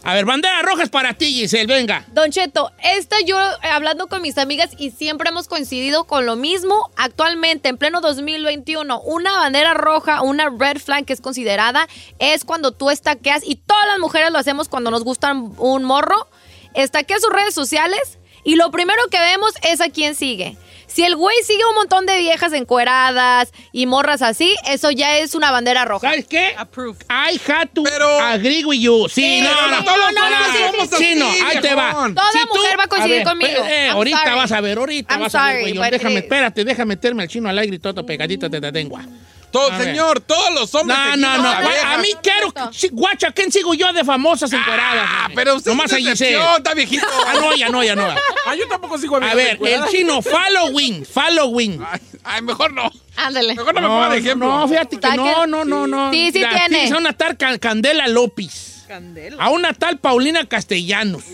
S2: A ver, banderas rojas para ti, Giselle, venga.
S4: Don Cheto, esta yo eh, hablando con mis amigas y siempre hemos coincidido con lo mismo. Actualmente, en pleno 2021, una bandera roja, una red flag que es considerada, es cuando tú estaqueas, y todas las mujeres lo hacemos cuando nos gustan un morro, estaqueas sus redes sociales y lo primero que vemos es a quién sigue. Si el güey sigue un montón de viejas encueradas y morras así, eso ya es una bandera roja.
S2: ¿Sabes qué? I had to agree with you. Sí,
S4: Sí,
S2: no,
S4: sí,
S2: no,
S4: Eh, no,
S2: todos no,
S4: no, no, sí, sí, sí.
S2: Chino, ahí te va.
S4: Toda mujer va a coincidir
S2: ver,
S4: conmigo.
S2: pues, eh,
S4: I'm
S2: ahorita
S4: sorry.
S2: vas a ver, ahorita
S4: I'm
S2: vas a ver,
S4: sorry,
S2: güeyón.
S4: but eh, it
S2: Déjame,
S4: is.
S2: espérate, déjame meterme al chino al aire y todo pegadito te lengua.
S3: Todo,
S2: A ver.
S3: señor, todos los hombres.
S2: No,
S3: seguimos
S2: no, no.
S3: a la vieja.
S2: A mí quiero. sí, Guacho, ¿a quién sigo yo de famosas encueradas? Ah, pero usted Nomás
S3: es una excepción, está
S2: *laughs*
S3: viejito.
S2: Ah, no, ya no, ya no.
S5: Ah, yo tampoco sigo
S2: *laughs* A ver, el chino, following, following.
S3: Ay, mejor no.
S4: Ándale.
S3: Mejor no me ponga de ejemplo.
S2: No, fíjate que no, no, no, no.
S4: Sí, sí
S2: Mira,
S4: tiene.
S2: tienes a una tal Can- Candela López. A una tal Paulina Castellanos.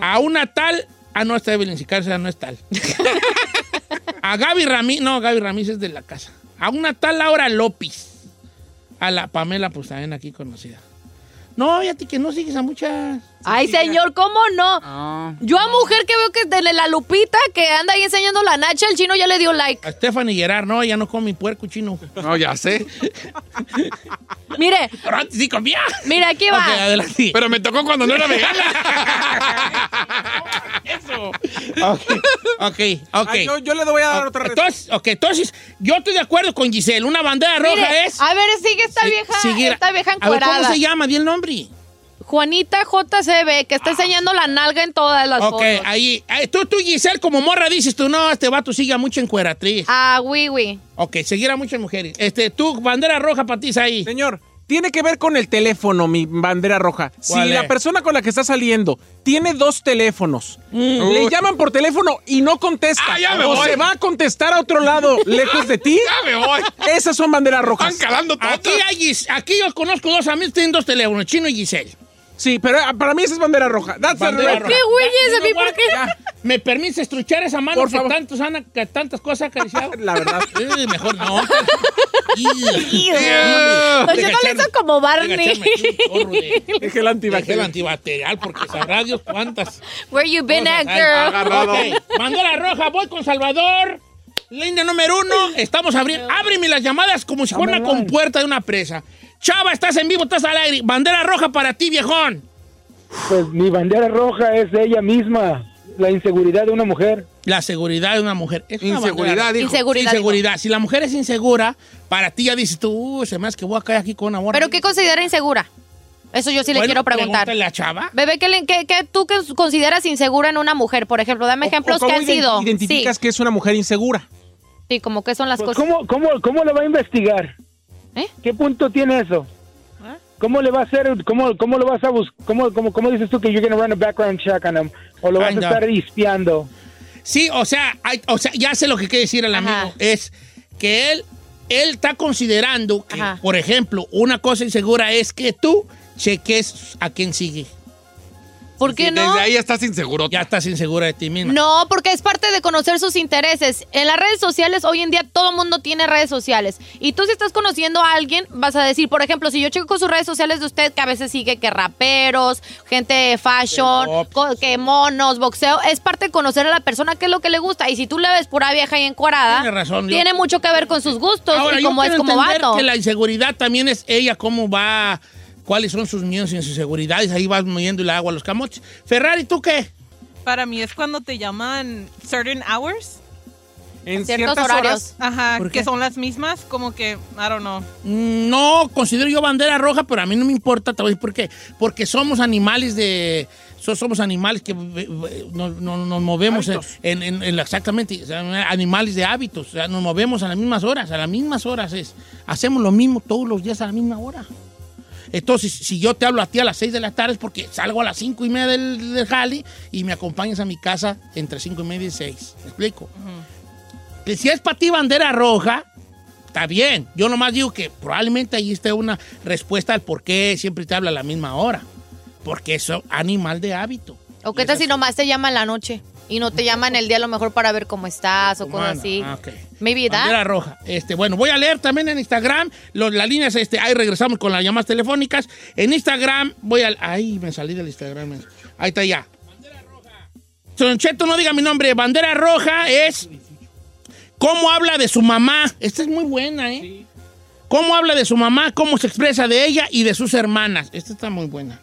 S2: A una tal. Ah, no, está Evelyn Sicario, esa no es tal. a Gaby Ramírez. No, Gaby Ramírez es de la casa. A una tal Laura López. A la Pamela, pues también aquí conocida. No, fíjate que no sigues a muchas.
S4: Ay, señor, ¿cómo no?
S2: Ah.
S4: Yo a mujer que veo que de la lupita que anda ahí enseñando la nacha, el chino ya le dio like.
S2: A Stephanie Gerard, no, ya no come mi puerco chino.
S3: No, ya sé.
S4: Mire,
S2: Pero antes sí comía.
S4: mira, aquí va.
S2: Ok, adelante.
S3: Pero me tocó cuando no era vegana.
S2: Ok, ok, ok.
S5: Ah, yo, yo le voy a dar otra respuesta.
S2: Entonces, ok, entonces, yo estoy de acuerdo con Giselle. Una bandera roja
S4: Mire,
S2: es.
S4: A ver, sigue esta vieja,
S2: seguir-
S4: esta vieja
S2: A ver,
S4: encuerada.
S2: ¿cómo se llama? Di el nombre.
S4: Juanita JCB, que está enseñando la nalga en todas las
S2: ok,
S4: fotos.
S2: ahí. ahí- Tú, tú, Giselle, como morra, dices tú, no, este vato sigue a mucha encueratriz.
S4: Ah,
S2: *laughs*
S4: oui, oui.
S2: Ok, seguir a muchas mujeres. Este, tú, bandera roja para ti, ahí.
S5: Señor, tiene que ver con el teléfono, mi bandera roja. Si
S2: ¿Cuál es?
S5: la persona con la que está saliendo tiene dos teléfonos,
S2: Uy.
S5: le llaman por teléfono y no contesta,
S3: Ah, ya me
S5: o
S3: voy.
S5: se va a contestar a otro lado, lejos de ti,
S3: Ya me voy.
S5: esas son banderas rojas.
S3: Están calando todo.
S2: Aquí, hay Gis- aquí yo conozco dos amigos que tienen dos teléfonos, chino y Giselle.
S5: Sí, pero ah, para mí esa es bandera roja. That's a
S2: Bandera
S5: red
S2: roja.
S5: flag.
S4: güeyes? ¿A mí por qué?
S2: ¿Me permites estruchar esa mano
S5: Por
S2: que,
S5: favor.
S2: tantos han- que tantas cosas ha acariciado?
S5: *laughs* La verdad.
S2: Eh, mejor no.
S4: *laughs*
S7: Don Cheto le hizo como Barney.
S5: *laughs* Dejé el
S2: Dejé el
S5: antibacterial.
S2: antibacterial porque sabrá Dios cuántas.
S4: *laughs* Where you been
S2: cosas
S4: at,
S2: hay.
S4: girl?
S2: Ok, Bandera roja, voy con Salvador. Línea número uno, estamos abriendo. Ábreme las llamadas como si fuera una compuerta de una presa. Chava, estás en vivo, estás al aire. Bandera roja para ti, viejón.
S6: Pues mi bandera roja es ella misma, la inseguridad de una mujer.
S2: La seguridad de una mujer. Es una bandera
S3: Inseguridad,
S2: roja.
S3: dijo.
S4: Inseguridad.
S2: Inseguridad. Si la mujer es insegura, para ti ya dices tú, "Uy, se me hace que voy a caer aquí con una
S4: digo.
S2: morra.
S4: ¿Pero qué considera insegura? Eso yo sí le
S2: Bueno,
S4: quiero preguntar.
S2: pregúntale a chava.
S4: Bebé, ¿qué, le- qué- qué tú que consideras insegura en una mujer? Por ejemplo, dame ejemplos
S5: ¿O- o
S4: que
S5: cómo
S4: han
S5: ident-
S4: sido. Sí,
S5: Identificas que es una mujer insegura.
S4: sí, como que son las
S6: Pues,
S4: cosas.
S6: ¿cómo, cómo, ¿Cómo le va a investigar?
S4: ¿Eh?
S6: ¿Qué punto tiene eso?
S8: ¿Ah?
S6: ¿Cómo le va a hacer? ¿Cómo, cómo lo vas a buscar? ¿Cómo, cómo, ¿Cómo dices tú que you're gonna run a background check on him? ¿O lo vas
S2: Ay, no.
S6: a estar espiando?
S2: Sí, o sea, hay- o sea, ya sé lo que quiere decir el
S4: Ajá.
S2: amigo. Es que él, él está considerando que,
S4: Ajá.
S2: por ejemplo, una cosa insegura es que tú cheques a quién sigue.
S4: ¿Por qué no?
S2: Pues, Desde ahí ya estás inseguro. Ya estás insegura de ti misma.
S4: No, porque es parte de conocer sus intereses. En las redes sociales, hoy en día todo mundo tiene redes sociales. Y tú si estás conociendo a alguien, vas a decir, por ejemplo, si yo checo sus redes sociales de usted, que a veces sigue que raperos, gente de fashion, co- que monos, boxeo, es parte de conocer a la persona qué es lo que le gusta. Y si tú le ves pura vieja y encuerada,
S2: Tiene razón, yo-
S4: tiene mucho que ver con sus gustos
S2: Ahora,
S4: y
S2: yo
S4: cómo es
S2: quiero
S4: como
S2: entender
S4: vato.
S2: que la inseguridad también es ella, cómo va, cuáles son sus miedos y sus inseguridades. Ahí vas moviendo el agua a los camotes. Ferrari, ¿tú qué?
S8: Para mí es cuando te llaman certain hours.
S5: En
S2: Ciertos ciertas horarios. horas.
S8: Ajá,
S2: ¿Por
S8: que
S2: qué?
S8: son las mismas, como que, I don't know.
S2: Mm, No considero yo bandera roja, pero a mí no me importa. Te voy a decir por qué. Porque somos animales de. so- Somos animales que eh, eh, no- no- nos, movemos en, en- en- exactamente, o sea, animales de hábitos, o sea, nos movemos a las mismas horas, a las mismas horas es, hacemos lo mismo todos los días a la misma hora. Entonces, si yo te hablo a ti a las 6 de la tarde es porque salgo a las 5 y media del, del jale y me acompañas a mi casa entre 5 y media y 6. ¿Me explico? Que si es para ti bandera roja, está bien. Yo nomás digo que probablemente ahí esté una respuesta al por qué siempre te habla a la misma hora. Porque es animal de hábito.
S4: O qué tal si nomás te llaman en la noche y no te llaman el día a lo mejor para ver cómo estás o cosas
S2: Humana.
S4: así.
S2: Ah, ok.
S4: Maybe that.
S2: Bandera roja. Este, bueno, voy a leer también en Instagram los- las líneas. Este, ahí regresamos con las llamadas telefónicas. En Instagram voy al. Ay, me salí del Instagram. eh. Ahí está ya. Don Cheto, no diga mi nombre. Bandera roja es. ¿Cómo habla de su mamá? Esta es muy buena, ¿eh? ¿Cómo habla de su mamá? ¿Cómo se expresa de ella y de sus hermanas? Esta está muy buena.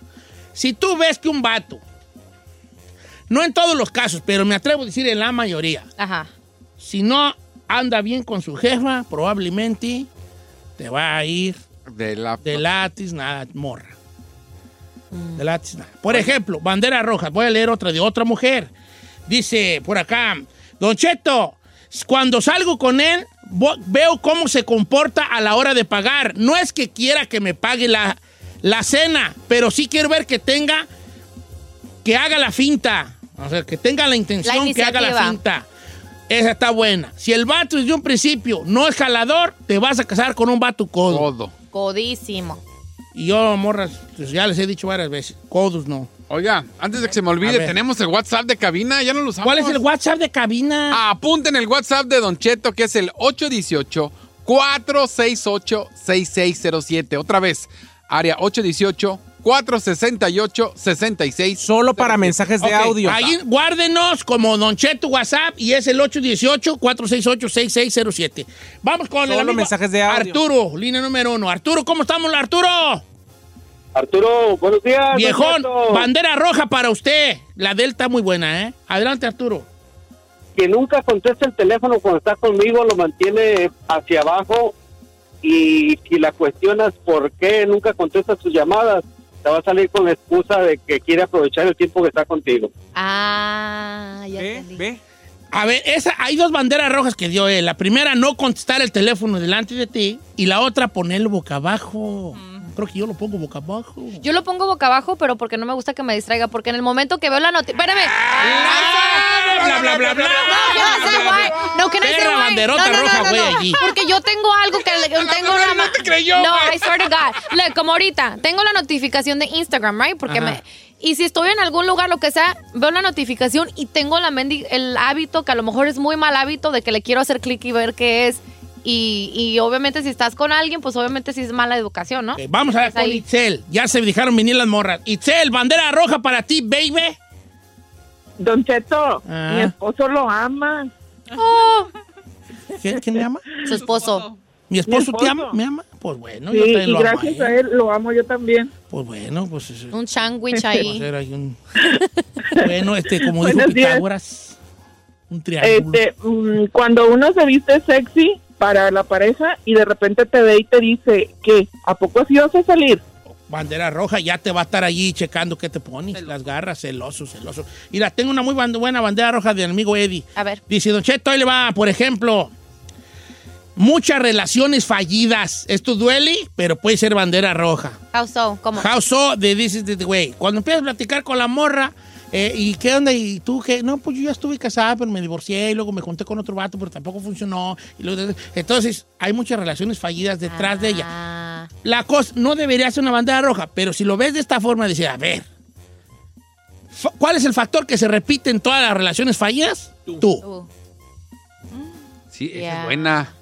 S2: Si tú ves que un vato, no en todos los casos, pero me atrevo a decir en la mayoría,
S4: Ajá.
S2: si no anda bien con su jefa, probablemente te va a ir
S3: De la...
S2: de latis, nada, morra. De latis, nada. Por ejemplo, bandera roja. Voy a leer otra de otra mujer. Dice por acá, Don Cheto, cuando salgo con él, vo- veo cómo se comporta a la hora de pagar. No es que quiera que me pague la, la cena, pero sí quiero ver que tenga, que haga la finta. O sea, que tenga la intención
S4: La
S2: que haga la
S4: iniciativa.
S2: finta. Esa está buena. Si el vato desde un principio no es jalador, te vas a casar con un vato codo.
S4: Codísimo.
S2: Y yo, morras, pues, ya les he dicho varias veces, codos no.
S3: Oiga, antes de que se me
S2: A
S3: olvide,
S2: ver.
S3: tenemos el WhatsApp de cabina, ya no lo usamos.
S2: ¿Cuál es el WhatsApp de
S5: Ah,
S2: cabina?
S3: Apunten el WhatsApp de Don Cheto, que es el 818-468-6607. Otra vez, área 818-468-66.
S5: Solo para mensajes
S2: Ok, Ahí guárdenos como Don Cheto WhatsApp y es el 818-468-6607. Vamos con el
S5: Solo
S2: amigo
S5: mensajes de audio.
S2: Arturo, línea número uno. Arturo, ¿cómo estamos, Arturo?
S9: Arturo, buenos días. don
S2: Viejón,
S9: Cheto.
S2: bandera roja para usted. La delta muy buena, ¿eh? Adelante, Arturo.
S9: Que nunca contesta el teléfono cuando está conmigo, lo mantiene hacia abajo y si la cuestionas por qué nunca contesta sus llamadas, te va a salir con la excusa de que quiere aprovechar el tiempo que está contigo.
S4: Ah, ya
S5: ¿Eh?
S4: entendí.
S2: A ver, esa, hay dos banderas rojas que dio él. La primera, no contestar el teléfono delante de ti. Y la otra, ponerlo boca abajo.
S5: Mm.
S2: Creo que yo lo pongo boca abajo.
S4: Yo lo pongo boca abajo, pero porque no me gusta que me distraiga, porque en el momento que veo la noticia... ¡Espérame!
S2: Ah, Bla, bla, bla, bla.
S4: No, can I say why? No, can I say
S2: Perra
S4: why?
S2: banderota
S4: No, no, no,
S2: roja,
S4: no,
S2: güey,
S4: no.
S2: allí.
S4: Porque yo tengo algo que...
S2: *laughs*
S4: le- tengo una ma- No,
S2: güey.
S4: I swear to God. Look, como ahorita, tengo la notificación de Instagram, right? Porque
S2: Ajá.
S4: me... Y si estoy en algún lugar, lo que sea, veo la notificación y tengo la mendi- el hábito, que a lo mejor es muy mal hábito, de que le quiero hacer clic y ver qué es. Y, y obviamente si estás con alguien, pues obviamente sí es mala educación, ¿no?
S2: Vamos a ver con
S4: Pues Ahí.
S2: Itzel. Ya se dejaron venir las morras. Itzel, bandera roja para ti, baby.
S10: Don Cheto,
S2: Ah.
S10: mi esposo lo ama.
S11: *laughs*
S2: ¿Qui- ¿Quién me ama?
S4: Oh, Su esposo.
S2: ¿Mi esposo,
S10: Mi
S2: te
S10: esposo.
S2: ama? ¿Me ama? Pues bueno,
S10: Sí,
S2: yo también
S10: y
S2: lo amo. a
S10: gracias
S2: él.
S10: a él lo amo yo también.
S2: Pues bueno, pues... eh,
S4: Un sándwich
S2: va a *laughs*
S4: ahí.
S2: ser ahí un- Bueno, este, como dijo
S10: Buenos días.
S2: Pitágoras, un triángulo.
S10: Este, mm, cuando uno se viste sexy para la pareja y de repente te ve y te dice que a poco sí vas a salir.
S2: Bandera roja, ya te va a estar allí checando qué te pones, las garras, celoso, celoso. Mira, tengo una muy ban- buena bandera roja del amigo Eddie.
S4: A ver.
S2: Dice, Don Cheto, ahí le va, por ejemplo, muchas relaciones fallidas. Esto duele, pero puede ser bandera roja.
S4: How so?
S11: *laughs*
S4: ¿Cómo?
S2: How so? De This is the way. Cuando empiezas a platicar con la morra, eh, ¿y qué onda? ¿Y tú qué? No, pues yo ya estuve casada, pero me divorcié y luego me junté con otro vato, pero tampoco funcionó. Y luego- entonces, hay muchas relaciones fallidas detrás
S4: Ah.
S2: de ella. La cosa no debería ser una bandera roja, pero si lo ves de esta forma, dice, a ver, Fa- ¿Cuál es el factor que se repite en todas las relaciones fallidas? Tú.
S4: uh,
S3: Sí, esa
S2: Ya.
S3: es buena.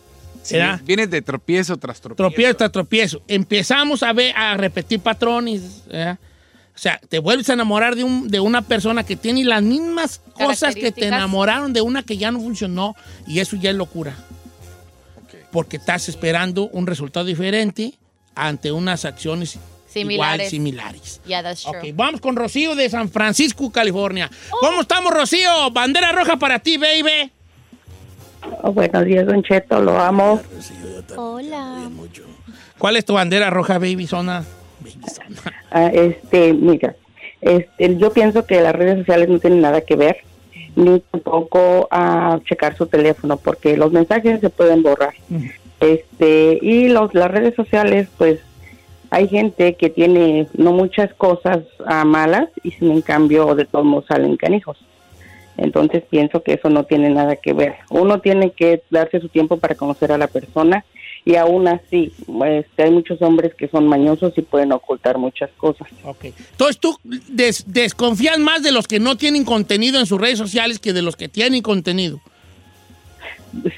S2: ¿Será?
S3: Sí, vienes de tropiezo tras tropiezo.
S2: Tropiezo tras tropiezo. Empezamos a ver, a repetir patrones. ¿verdad? O sea, te vuelves a enamorar de, un- de una persona que tiene las mismas cosas que te
S12: Características.
S2: enamoraron de una que ya no funcionó. Y eso ya es locura. Porque estás esperando un resultado diferente ante unas acciones igual
S4: Similares.
S2: similares.
S4: Yeah, that's true.
S2: Ok, vamos con Rocío de San Francisco, California. ¿Cómo estamos, Rocío? Bandera roja para ti, baby.
S11: Oh, buenos días, Don Cheto, lo amo.
S4: Hola.
S2: ¿Cuál es tu bandera roja, baby zona?
S11: Ah, este, mira, este, yo pienso que las redes sociales no tienen nada que ver, ni tampoco a checar su teléfono, porque los mensajes se pueden borrar. Este, y los, las redes sociales, pues, hay gente que tiene no muchas cosas ah, malas y sin en cambio de todos modos salen canijos. Entonces pienso que eso no tiene nada que ver. Uno tiene que darse su tiempo para conocer a la persona y aún así, este, hay muchos hombres que son mañosos y pueden ocultar muchas cosas.
S2: Ok. Entonces tú des- desconfías más de los que no tienen contenido en sus redes sociales que de los que tienen contenido.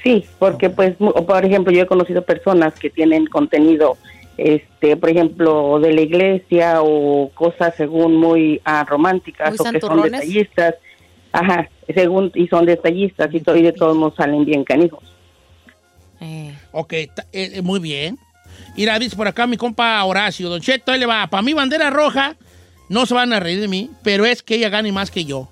S11: Sí, porque pues, mu- por ejemplo, yo he conocido personas que tienen contenido, este, por ejemplo, de la iglesia o cosas según muy ah, románticas
S4: Muy
S11: o que son
S4: santurrones.
S11: detallistas, ajá, según y son detallistas y, to- y de todos modos salen bien canijos.
S2: Ok, ta- eh, eh, muy bien. Mira, dice por acá mi compa Horacio, Don Cheto, ahí le va. Para mi bandera roja, no se van a reír de mí, pero es que ella gane más que yo.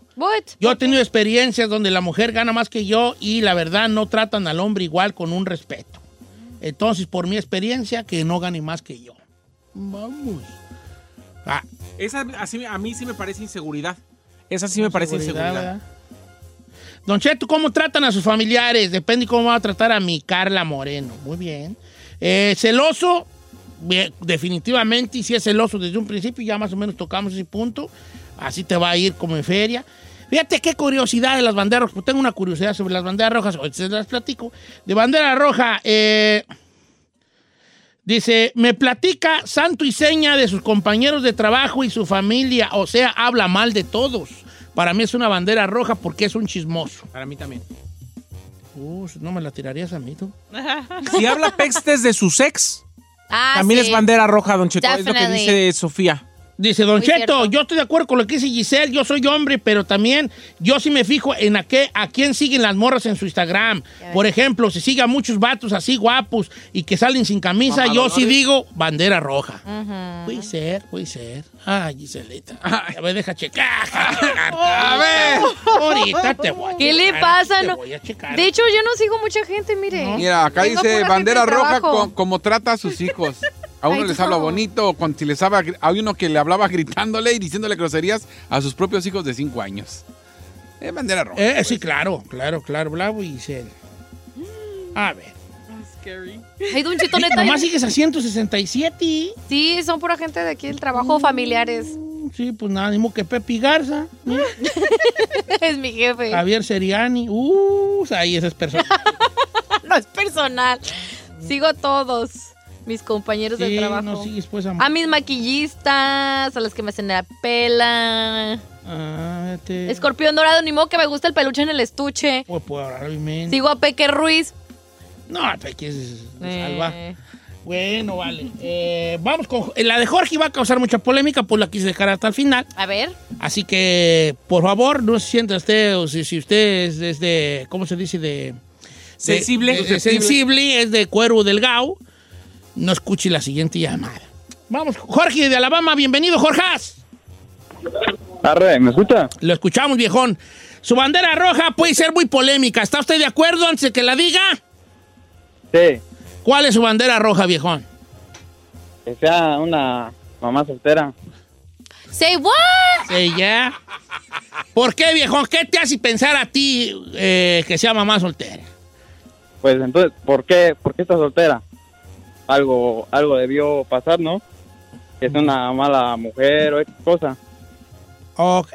S2: Yo he tenido experiencias donde la mujer gana más que yo y la verdad no tratan al hombre igual con un respeto. Entonces, por mi experiencia, que no gane más que yo. Vamos. Ah.
S5: Esa así, a mí sí me parece inseguridad. Esa sí me parece
S2: Inseguridad,
S5: inseguridad.
S2: Don Cheto, ¿cómo tratan a sus familiares? Depende cómo va a tratar a mi Carla Moreno. Muy bien. Eh, celoso, bien, definitivamente, y si es celoso desde un principio, ya más o menos tocamos ese punto. Así te va a ir como en feria. Fíjate qué curiosidad de las banderas rojas. Pues Tengo una curiosidad sobre las banderas rojas. Ahorita Se las platico. De bandera roja, eh, dice, me platica santo y seña de sus compañeros de trabajo y su familia. O sea, habla mal de todos. Para mí es una bandera roja porque es un chismoso.
S5: Para mí también.
S2: Uh, no me la tirarías a mí, tú.
S5: Si habla pestes de su sex,
S4: Ah,
S5: también
S4: sí.
S5: es bandera roja, Don Cheto. Es lo que
S4: Definitely.
S5: dice Sofía.
S2: Dice Don
S4: Muy
S2: Cheto,
S4: cierto.
S2: yo estoy de acuerdo con lo que dice Giselle, yo soy hombre, pero también yo sí me fijo en a, qué, a quién siguen las morras en su Instagram. Por ejemplo, si sigue a muchos vatos así guapos y que salen sin camisa,
S5: Mamá
S2: yo sí
S5: Dolores.
S2: digo bandera roja. Puede ser, puede ser. Ay, Giselita. A ver, deja checar. a ver. Ahorita te voy a
S4: ¿Qué le
S2: checar,
S4: pasa?
S2: te
S4: No.
S2: voy a checar.
S4: De hecho, yo no sigo mucha gente, mire.
S3: Mira, acá
S4: Tengo
S3: dice
S4: pura
S3: bandera
S4: gente de
S3: roja
S4: trabajo.
S3: co- como trata a sus hijos. A uno
S4: Ay,
S3: les
S4: no.
S3: habla bonito, cuando si les habla, hay uno que le hablaba gritándole y diciéndole groserías a sus propios hijos de 5 años. Es bandera roja.
S2: Eh, sí, claro, claro, claro, Bravo y Giselle. A ver.
S4: Ay, Don Cheto, neta.
S2: Nomás sigues a 167.
S4: Sí, son pura gente de aquí del trabajo, familiares. *laughs*
S2: Sí, pues nada, ni modo que Pepi Garza.
S4: es mi jefe.
S2: Javier Seriani. Uh, ahí esas personas.
S4: *laughs* No es personal. Sigo a todos mis compañeros
S2: Sí,
S4: de trabajo.
S2: no sigues, pues, a-
S4: a mis maquillistas, a las que me hacen la pela.
S2: Ah, este-
S4: Escorpión dorado, ni modo que me gusta el peluche en el estuche.
S2: Pues, pues, probablemente.
S4: Sigo a Peque Ruiz.
S2: No, Pequi es- es
S4: Eh.
S2: salva. Bueno, vale. Eh, vamos con. eh, La de Jorge va a causar mucha polémica, pues la quise dejar hasta el final.
S4: A ver.
S2: Así que, por favor, no se sienta usted, o si, si usted es desde, ¿cómo se dice? De,
S5: Sensible.
S2: de- de sensible, es de cuero delgado. No escuche la siguiente llamada. Vamos, Jorge de Alabama, bienvenido, Jorjas.
S13: Arre, ¿me escucha?
S2: Lo escuchamos, viejón. Su bandera roja puede ser muy polémica. ¿Está usted de acuerdo antes de que la diga?
S13: Sí.
S2: ¿Cuál es su bandera roja, viejón?
S13: Que sea una mamá soltera.
S4: Say what?
S2: Sí, ya. ¿Por qué, viejón? ¿Qué te hace pensar a ti eh, que sea mamá soltera?
S13: Pues entonces, ¿por qué, por qué está soltera? Algo, algo debió pasar, ¿no? Que es una mala mujer o X cosa.
S2: Ok.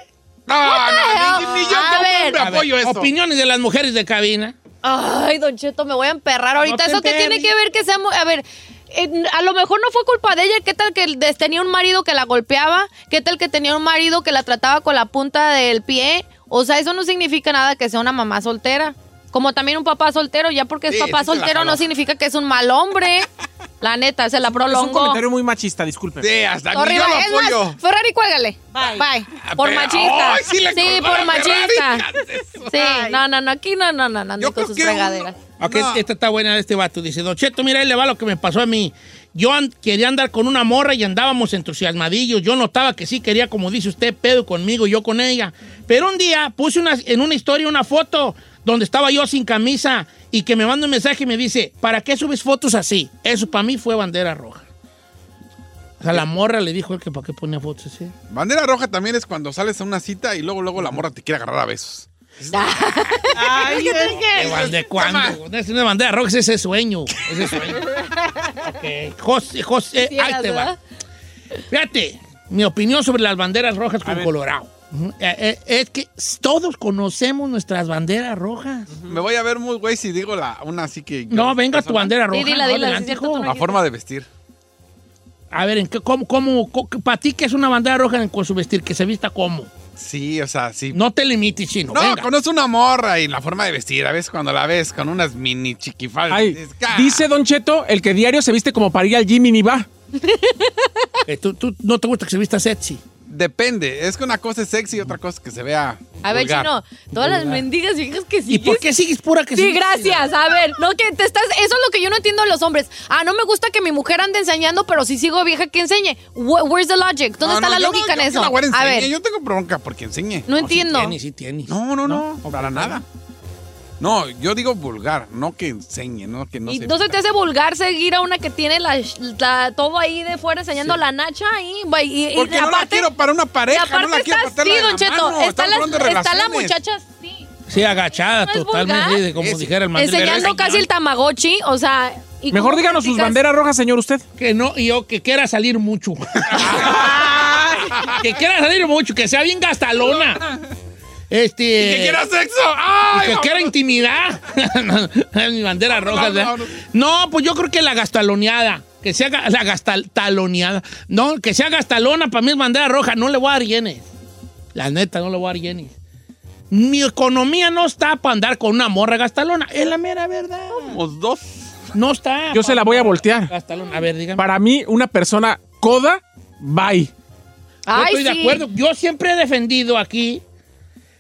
S3: No,
S4: no, ni- ni yo A como ver. hombre apoyo eso.
S2: Opiniones de las mujeres de cabina.
S4: Ay, Don Cheto, me voy a emperrar ahorita.
S2: No te
S4: ¿Eso qué tiene
S2: emperres.
S4: que ver que sea mu- A ver, eh, a lo mejor no fue culpa de ella. ¿Qué tal que des- tenía un marido que la golpeaba? ¿Qué tal que tenía un marido que la trataba con la punta del pie? O sea, eso no significa nada que sea una mamá soltera. Como también un papá soltero, ya porque es
S5: Sí,
S4: papá
S5: sí se la
S4: soltero no
S5: jaló.
S4: significa que es un mal hombre. La neta, se la
S5: Es un
S4: prolongó.
S5: comentario muy machista, disculpe.
S3: Sí, hasta
S4: Torriba- es más, Ferrari, cuélgale. Bye. Por
S5: Ah, pero-
S4: machista.
S5: ¡Ay, sí le colgó la
S4: por
S5: Ferrari! *laughs*
S4: machista. Sí, no, no, no, aquí no, no, no, no, ando con sus fregaderas.
S2: Ok, esta está buena de Ah, este vato. Dice, Don Cheto, mira, ahí le va lo que me pasó a mí. Yo an- quería andar con una morra y andábamos entusiasmadillos. Yo notaba que sí quería, como dice usted, pedo conmigo, yo con ella. Pero un día puse una, en una historia una foto donde estaba yo sin camisa y que me manda un mensaje y me dice, ¿para qué subes fotos así? Eso para mí fue bandera roja. O sea, la morra le dijo él que para qué ponía fotos así.
S3: Bandera roja también es cuando sales a una cita y luego, luego la morra te quiere agarrar a besos.
S2: Ay,
S3: es
S2: ¿De cuándo? ¿De cuándo? Es una bandera roja, es ese sueño. Ese sueño. Ok, José, José, ahí te va. Fíjate, mi opinión sobre las banderas rojas con Colorado. Ujú, eh, eh, Es que todos conocemos nuestras banderas rojas.
S3: Me voy a ver muy güey si digo la, una así que...
S2: No, venga tu bandera roja.
S3: dila,
S2: no,
S3: dila,
S2: adelante,
S3: sí,
S2: hijo.
S3: La forma de vestir.
S2: A ver, ¿en qué, ¿cómo, cómo, para ti qué es una bandera roja en- con su vestir? Que se vista como.
S3: Sí, o sea, sí.
S2: No te limites, chino.
S3: No,
S2: venga.
S3: conoce una morra y la forma de vestir. A veces cuando la ves con unas mini chiquifaldas.
S5: Ay,
S3: dices,
S5: dice Don Cheto, el que diario se viste como para ir al gym y ni va.
S2: Eh, ¿Tú, tú no te gusta que se vista sexy?
S3: Depende. Es que una cosa es sexy y otra cosa es que se vea.
S4: A ver,
S3: vulgar.
S4: chino, todas las mendigas viejas que sigues. ¿Y
S2: por qué sigues pura que
S4: Sí,
S2: sigues?
S4: gracias. A ver, lo que te estás. Eso es lo que yo no entiendo de los hombres. Ah, no me gusta que mi mujer ande enseñando, pero si sigo vieja que enseñe. Wh- Where's the logic?
S3: No,
S4: ¿Dónde
S3: no,
S4: está la
S3: yo no,
S4: lógica
S3: yo
S4: en
S3: que
S4: eso?
S3: la güera
S4: a
S3: enseñe,
S4: ver.
S3: Yo tengo bronca porque enseñe.
S4: No
S2: Sí
S4: entiendo.
S2: tienes, sí tienes.
S3: No, no, no, para nada. No, yo digo vulgar, no que enseñe, no que no
S4: ¿Y
S3: se
S4: no se te
S3: vista.
S4: hace vulgar seguir a una que tiene la, la- todo ahí de fuera enseñando la nacha ahí? güey, Y, y
S3: Porque no la
S4: aparte-
S3: quiero para una pareja,
S4: y aparte
S3: no la quiero
S4: está
S3: para estarla
S4: así,
S3: de la
S4: Don Cheto,
S3: mano,
S4: está,
S3: estamos
S4: la,
S3: hablando de
S4: está la
S3: relaciones.
S4: muchada así,
S2: Sí, agachada,
S4: es
S2: totalmente,
S4: vulgar?
S2: de como dijera el mandril.
S4: enseñando casi el tamagotchi, o sea... ¿y
S2: Mejor
S4: cómo
S2: díganos sus
S4: criticas?
S2: banderas
S5: rojas, señor, usted.
S2: Que no, y yo que quiera salir mucho.
S3: *laughs*
S2: que quiera salir mucho, que sea bien gastalona. Este.
S3: Y que quiera sexo. ¡Ay,
S2: y que
S3: vámonos!
S2: quiera intimidad. *laughs* Es Mi bandera roja.
S3: vámonos,
S2: ¿verdad?
S3: vámonos.
S2: No, pues yo creo que la gastaloneada. Que sea ga- la gastaloniada. No, que sea gastalona para mí es bandera roja. No le voy a dar yenes. La neta, no le voy a dar yenes. Mi economía no está para andar con una morra gastalona. Es la mera verdad.
S3: Somos dos.
S2: No está.
S5: Yo se la voy a voltear.
S2: A ver, dígame.
S5: Para mí, una persona coda, bye.
S2: Yo estoy de acuerdo. Yo siempre he defendido aquí,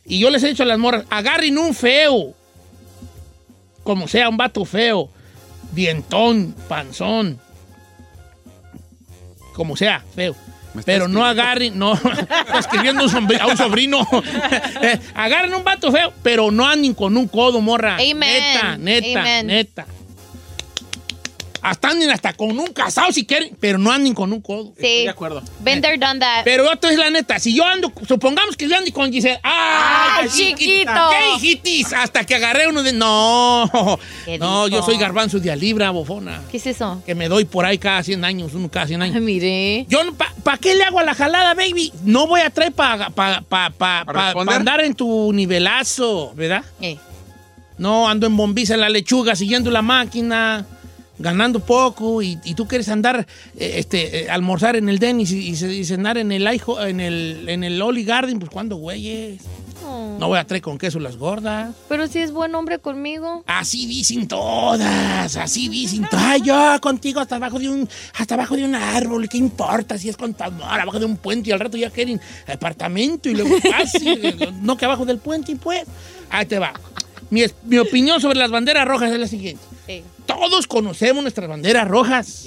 S2: y yo les he dicho a las morras, agarren un feo, como sea, un vato feo, dientón, panzón, como sea, feo. Pero no agarren, no, *laughs* está escribiendo un sombr- a un sobrino. *laughs* Eh, agarren un vato feo, pero no anden con un codo, morra.
S4: Amen.
S2: Neta, neta,
S4: Amen.
S2: neta. Hasta anden hasta con un casado si quieren, pero no anden con un codo.
S4: Sí.
S5: acuerdo.
S4: Been there, done that.
S2: Pero yo te es la neta, si yo ando, supongamos que yo ando con Giselle. ¡Ay,
S4: ¡Ay, chiquito!
S2: ¡Qué hijitis! Hasta que agarré uno de. No,
S4: ¿Qué
S2: no,
S4: dijo?
S2: yo soy garbanzo de a libra, bofona.
S4: ¿Qué es eso?
S2: Que me doy por ahí cada 100 años, uno cada 100 años.
S4: Ah, mire.
S2: Yo, ¿para qué le hago a la jalada, baby? No voy a traer para
S3: responder?
S2: andar en tu nivelazo, ¿verdad? No, ando en bombiza en la lechuga, siguiendo la máquina, ganando poco, y, y tú quieres andar, eh, este, eh, almorzar en el Dennis y, y ce- y cenar en el, Iho- en el en el Oli Garden, pues cuando güeyes.
S4: Oh.
S2: No voy a traer con queso las gordas.
S4: Pero si es buen hombre conmigo.
S2: Así dicen todas, así dicen todas. Ay, yo contigo hasta abajo de un, hasta abajo de un árbol, ¿qué importa si es con tu amor? Abajo de un puente y al rato ya quieren apartamento y luego casi, *laughs* eh, no que abajo del puente y pues. Ahí te va. Mi, es- mi opinión sobre las banderas rojas es la siguiente. Todos conocemos nuestras banderas rojas.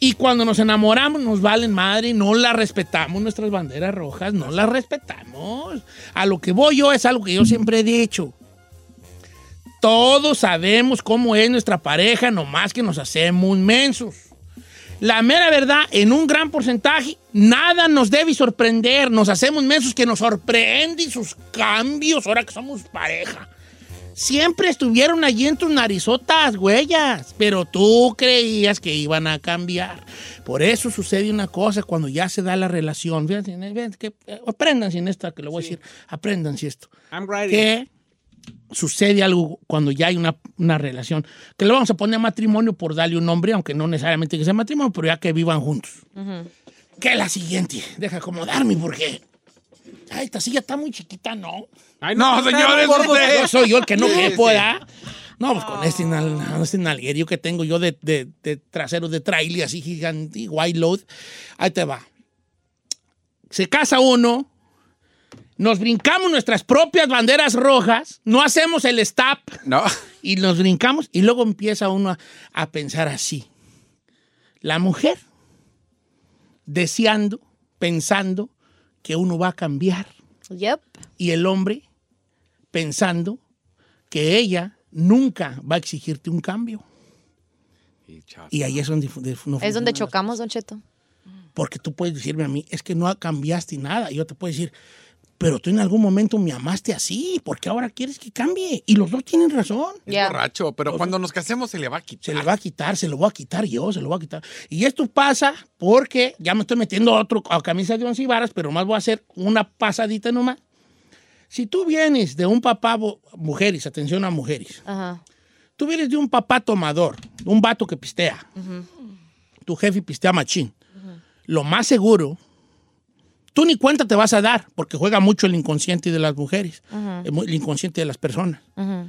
S2: Y cuando nos enamoramos nos valen madre, no las respetamos, nuestras banderas rojas, no las respetamos. A lo que voy yo es algo que yo siempre he dicho. Todos sabemos cómo es nuestra pareja, nomás que nos hacemos mensos. La mera verdad, en un gran porcentaje, nada nos debe sorprender. Nos hacemos mensos que nos sorprenden sus cambios ahora que somos pareja. Siempre estuvieron allí en tus narizotas, huellas, pero tú creías que iban a cambiar. Por eso sucede una cosa cuando ya se da la relación. Fíjense, fíjense que, eh, apréndanse en esta que le voy a decir, apréndanse esto.
S5: I'm ready.
S2: Que sucede algo cuando ya hay una, una relación, que le vamos a poner matrimonio por darle un nombre, aunque no necesariamente que sea matrimonio, pero ya que vivan juntos. Que la siguiente, deja acomodarme porque... Ay, esta silla está muy chiquita, ¿no?
S5: Ay, no, No, señores,
S2: Yo
S5: usted.
S2: soy yo el que no
S5: Sí,
S2: me
S5: sí.
S2: pueda. No, pues con este, nal- este nalguerío que tengo yo de, de- de trasero de trailer así gigante, white load. Ahí te va. Se casa uno, nos brincamos nuestras propias banderas rojas, no hacemos el stop.
S4: *laughs*
S3: No.
S2: Y nos brincamos y luego empieza uno a, a pensar así. La mujer deseando, pensando que uno va a cambiar. Y el hombre pensando que ella nunca va a exigirte un cambio. Y ahí es donde fu- de- no
S4: Es donde
S2: funciona.
S4: chocamos, Don Cheto.
S2: Porque tú puedes decirme a mí, es que no cambiaste nada. Y yo te puedo decir, pero tú en algún momento me amaste así, porque ahora quieres que cambie. Y los dos tienen razón.
S3: Es borracho, pero cuando nos casemos se le va a quitar.
S2: Se le va a quitar, se lo voy a quitar yo, se lo voy a quitar. Y esto pasa porque ya me estoy metiendo a otro a camisa de once varas, pero más voy a hacer una pasadita nomás. Si tú vienes de un papá, bo- mujeres, atención a mujeres,
S4: Ajá.
S2: tú vienes de un papá tomador, un vato que pistea, tu jefe pistea machín, lo más seguro, tú ni cuenta te vas a dar, porque juega mucho el inconsciente de las mujeres, el mu- el inconsciente de las personas.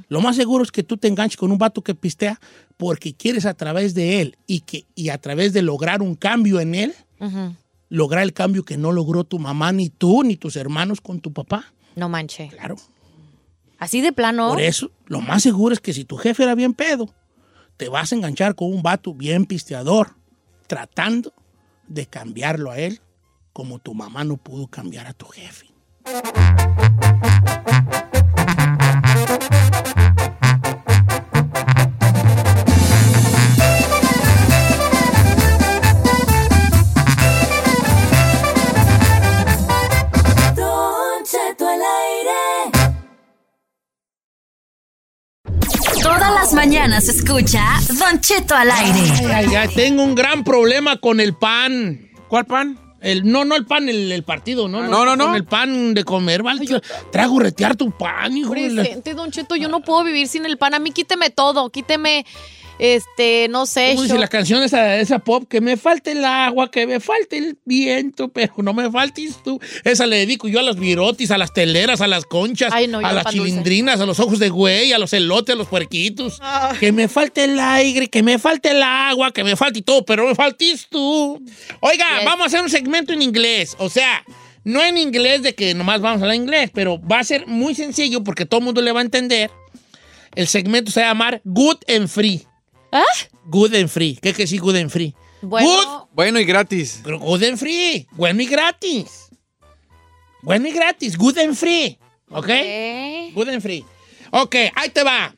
S2: Lo más seguro es que tú te enganches con un vato que pistea porque quieres a través de él y, que, y a través de lograr un cambio en él, lograr el cambio que no logró tu mamá, ni tú, ni tus hermanos con tu papá.
S4: No manche.
S2: Claro.
S4: Así de plano.
S2: Por eso, lo más seguro es que si tu jefe era bien pedo, te vas a enganchar con un vato bien pisteador, tratando de cambiarlo a él como tu mamá no pudo cambiar a tu jefe.
S14: Don Cheto al aire.
S1: Todas las mañanas escucha Don Cheto al aire.
S2: Ay, ay, tengo un gran problema con el pan.
S5: ¿Cuál pan? Ah,
S2: El, no, no el pan, el, el partido, no,
S5: no, no,
S2: Con
S5: no.
S2: el pan de comer, ¿vale? Trago retear tu pan, hijo. de la-
S4: Presente, Don Cheto, yo no puedo vivir sin el pan. A mí quíteme todo, quíteme, este, no sé.
S2: Como dice
S4: yo-
S2: la canción esa, esa pop, que me falte el agua, que me falte el viento, pero no me faltes tú. Esa le dedico yo a las virotis, a las teleras, a las conchas,
S4: Ay, no, yo
S2: a
S4: el
S2: las
S4: pan dulce.
S2: chilindrinas, a los ojos de güey, a los elotes, a los puerquitos. Que me falte el aire, que me falte el agua, que me falte todo, pero no me faltes tú. Oiga, vamos a hacer un segmento en inglés, o sea... No en inglés de que nomás vamos a hablar inglés, pero va a ser muy sencillo porque todo el mundo le va a entender. El segmento se va a llamar Good and Free.
S4: ¿Ah?
S2: Good and free. ¿Qué que sí, good and free?
S4: Bueno.
S2: Good.
S3: Bueno y gratis.
S2: Pero good and free. Bueno y gratis. Bueno y gratis. Good and free. ¿Ok?
S4: eh,
S2: Good and free. Ok, ahí te va.